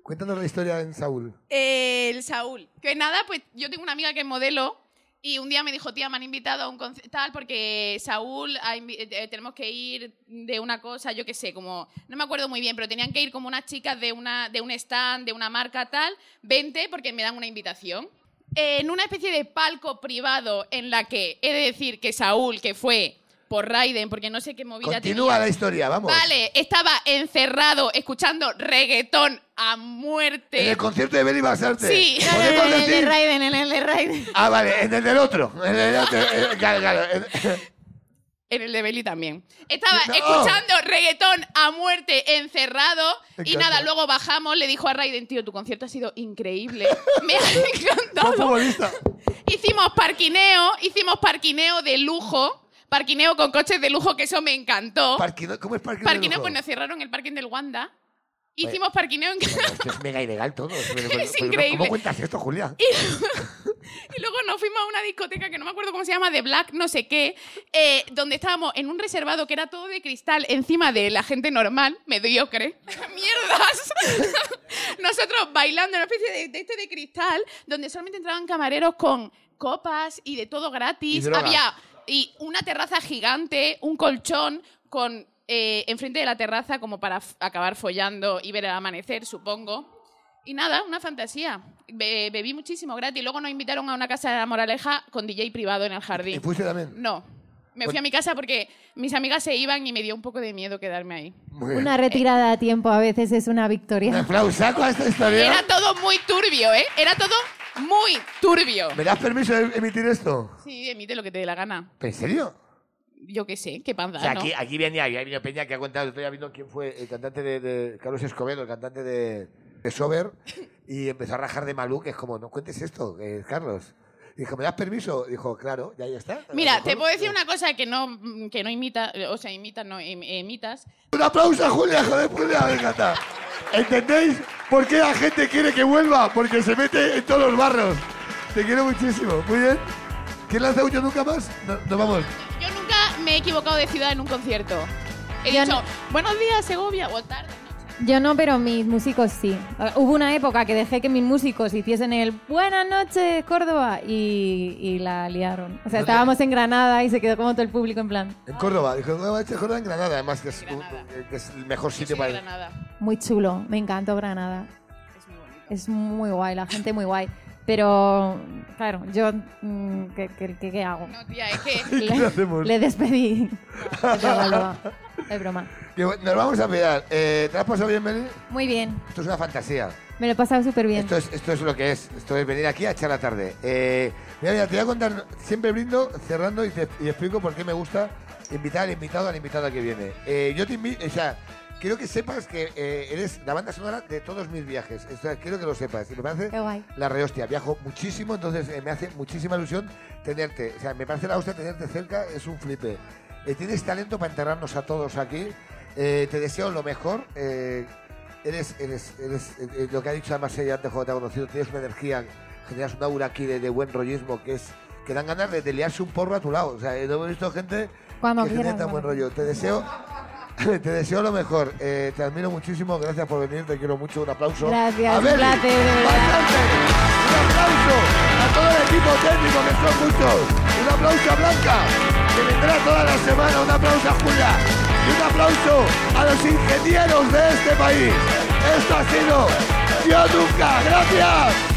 B: Cuéntanos la historia en Saúl.
O: El Saúl. Que nada, pues yo tengo una amiga que es modelo y un día me dijo, tía, me han invitado a un concierto tal porque Saúl, ha invi- eh, tenemos que ir de una cosa, yo qué sé, como, no me acuerdo muy bien, pero tenían que ir como unas chicas de, una, de un stand, de una marca tal, 20 porque me dan una invitación. Eh, En una especie de palco privado en la que he de decir que Saúl, que fue por Raiden, porque no sé qué movida
B: Continúa
O: tenía.
B: la historia, vamos.
O: Vale, estaba encerrado escuchando reggaetón a muerte.
B: En el concierto de Beli Basarte.
O: Sí,
B: Podemos decir-
O: Raiden, en el de Raiden.
B: Ah, vale, en el del otro. En el del otro. eh, Claro, claro. en-
O: En el de Belly también. Estaba
B: No.
O: escuchando reggaetón a muerte encerrado
B: Me
O: y
B: encanta.
O: nada, luego bajamos, le dijo a Raiden, tío, tu concierto ha sido increíble. <laughs> Me ha
B: Fue
O: encantado. <laughs>
B: futbolista.
O: Hicimos parquineo, hicimos parquineo de lujo, parquineo con coches de lujo, que eso me encantó.
B: Parquino- ¿Cómo es parquineo?
O: Parquineo, pues nos cerraron el parking del Wanda. Hicimos parquineo en <laughs>
B: Esto es mega ilegal todo. Pero- pero- pero
O: increíble.
B: ¿Cómo cuentas esto, Julia?
O: Y luego nos fuimos a una discoteca que no me acuerdo cómo se llama, de Black, no sé qué, eh, donde estábamos en un reservado que era todo de cristal encima de la gente normal, mediocre. <laughs> ¡Mierdas! <laughs> Nosotros bailando en una especie de, de este de cristal, donde solamente entraban camareros con copas y de todo
B: Y
O: gratis.
B: droga.
O: Había y una terraza gigante, un colchón con eh, enfrente de la terraza como para f- acabar follando y ver el amanecer, supongo. Y nada, una fantasía. Be- bebí muchísimo gratis. Luego nos invitaron a una casa de la moraleja con DJ privado en el
B: ¿Y
O: jardín.
B: fuiste también?
O: No. Me fui a mi casa porque mis amigas se iban y me dio un poco de miedo quedarme ahí.
B: Muy bien.
D: Una retirada a tiempo a veces es una
B: Un
D: victoria.
B: aplausaco a este esta historia.
O: Era todo muy turbio, ¿eh? Era todo muy turbio.
B: ¿Me das permiso de emitir esto?
O: Sí, emite lo que te dé la gana.
B: ¿Pero en serio?
O: Yo qué sé, qué
D: Ah,
O: panda,
B: O sea,
O: ¿no?
B: aquí, aquí venía, aquí ha venido Peña que ha contado, estoy viendo quién fue el cantante de, de Carlos Escobedo, el cantante de,
D: <laughs>
B: de Sober, y empezó a rajar de Malú, que es como, no cuentes esto, eh, Carlos. Dijo, ¿me das permiso? Dijo, claro, ya, ya está.
O: Mira, te puedo decir una cosa que no, que no imita, o sea, imitas, no, em- imitas.
B: Un aplauso a Julia, joder, Julia, me encanta. ¿Entendéis por qué la gente quiere que vuelva? Porque se mete en todos los barros. Te quiero muchísimo, muy bien. ¿Quién lanza un yo nunca más? No- Nos vamos.
O: Yo nunca me he equivocado de ciudad en un concierto. He
D: Yo
O: dicho, buenos días, Segovia, o tarde, noche.
D: Yo no, pero mis músicos sí. Uh, Hubo una época que dejé que mis músicos hiciesen el Buenas noches, Córdoba, y, y la liaron. O sea, estábamos en Granada y se quedó como todo el público en plan,
B: En Córdoba, en Córdoba, en Córdoba, en Granada, además, que es, un- eh, que es el mejor sitio para ir.
D: muy chulo, me encantó Granada. Es muy guay, la gente muy guay. Pero, claro, yo, mm, ¿qué, qué, qué- qué hago?
O: Tía, es que...
B: <laughs> ¿Qué hacemos?
D: Le <laughs> despedí. Es broma, es broma.
B: Que bueno, Nos vamos a pegar. Eh, ¿Te lo has pasado bien, Meli?
D: Muy bien,
B: Esto es una fantasía.
D: me lo he pasado súper bien.
B: Esto es, esto es lo que es. Esto es venir aquí a echar la tarde. Eh, mira, mira, te voy a contar. Siempre brindo, cerrando y, te- y explico por qué me gusta invitar al invitado a la invitada que viene. Eh, yo te invito, o sea, quiero que sepas que eh, eres la banda sonora de todos mis viajes. O sea, quiero que lo sepas. Y me parece
D: Qué guay.
B: la rehostia. Viajo muchísimo, entonces eh, me hace muchísima ilusión tenerte. O sea, me parece la hostia tenerte cerca, es un flipe. Eh, tienes talento para enterrarnos a todos aquí. Eh, te deseo lo mejor. Eh, eres, eres, eres eh, eh, lo que ha dicho además ella antes cuando te ha conocido. Tienes una energía, generas un aura aquí de, de buen rollismo que es que dan ganas de, de liarse un porro a tu lado. O sea, eh, no hemos visto gente
D: Cuando
B: que genera
D: quieras,
B: tan buen
D: Manuel.
B: rollo. Te deseo, te deseo <laughs> lo mejor. Eh, te admiro muchísimo. Gracias por venir. Te quiero mucho. Un aplauso.
D: Gracias,
B: A
D: un
B: Beli.
D: placer, de verdad.
B: Un aplauso a todo el equipo técnico que son muchos. Un aplauso a Blanca, que vendrá toda la semana. Un aplauso a Julia. Y un aplauso a los ingenieros de este país. Esto ha sido Yo Nunca. Gracias.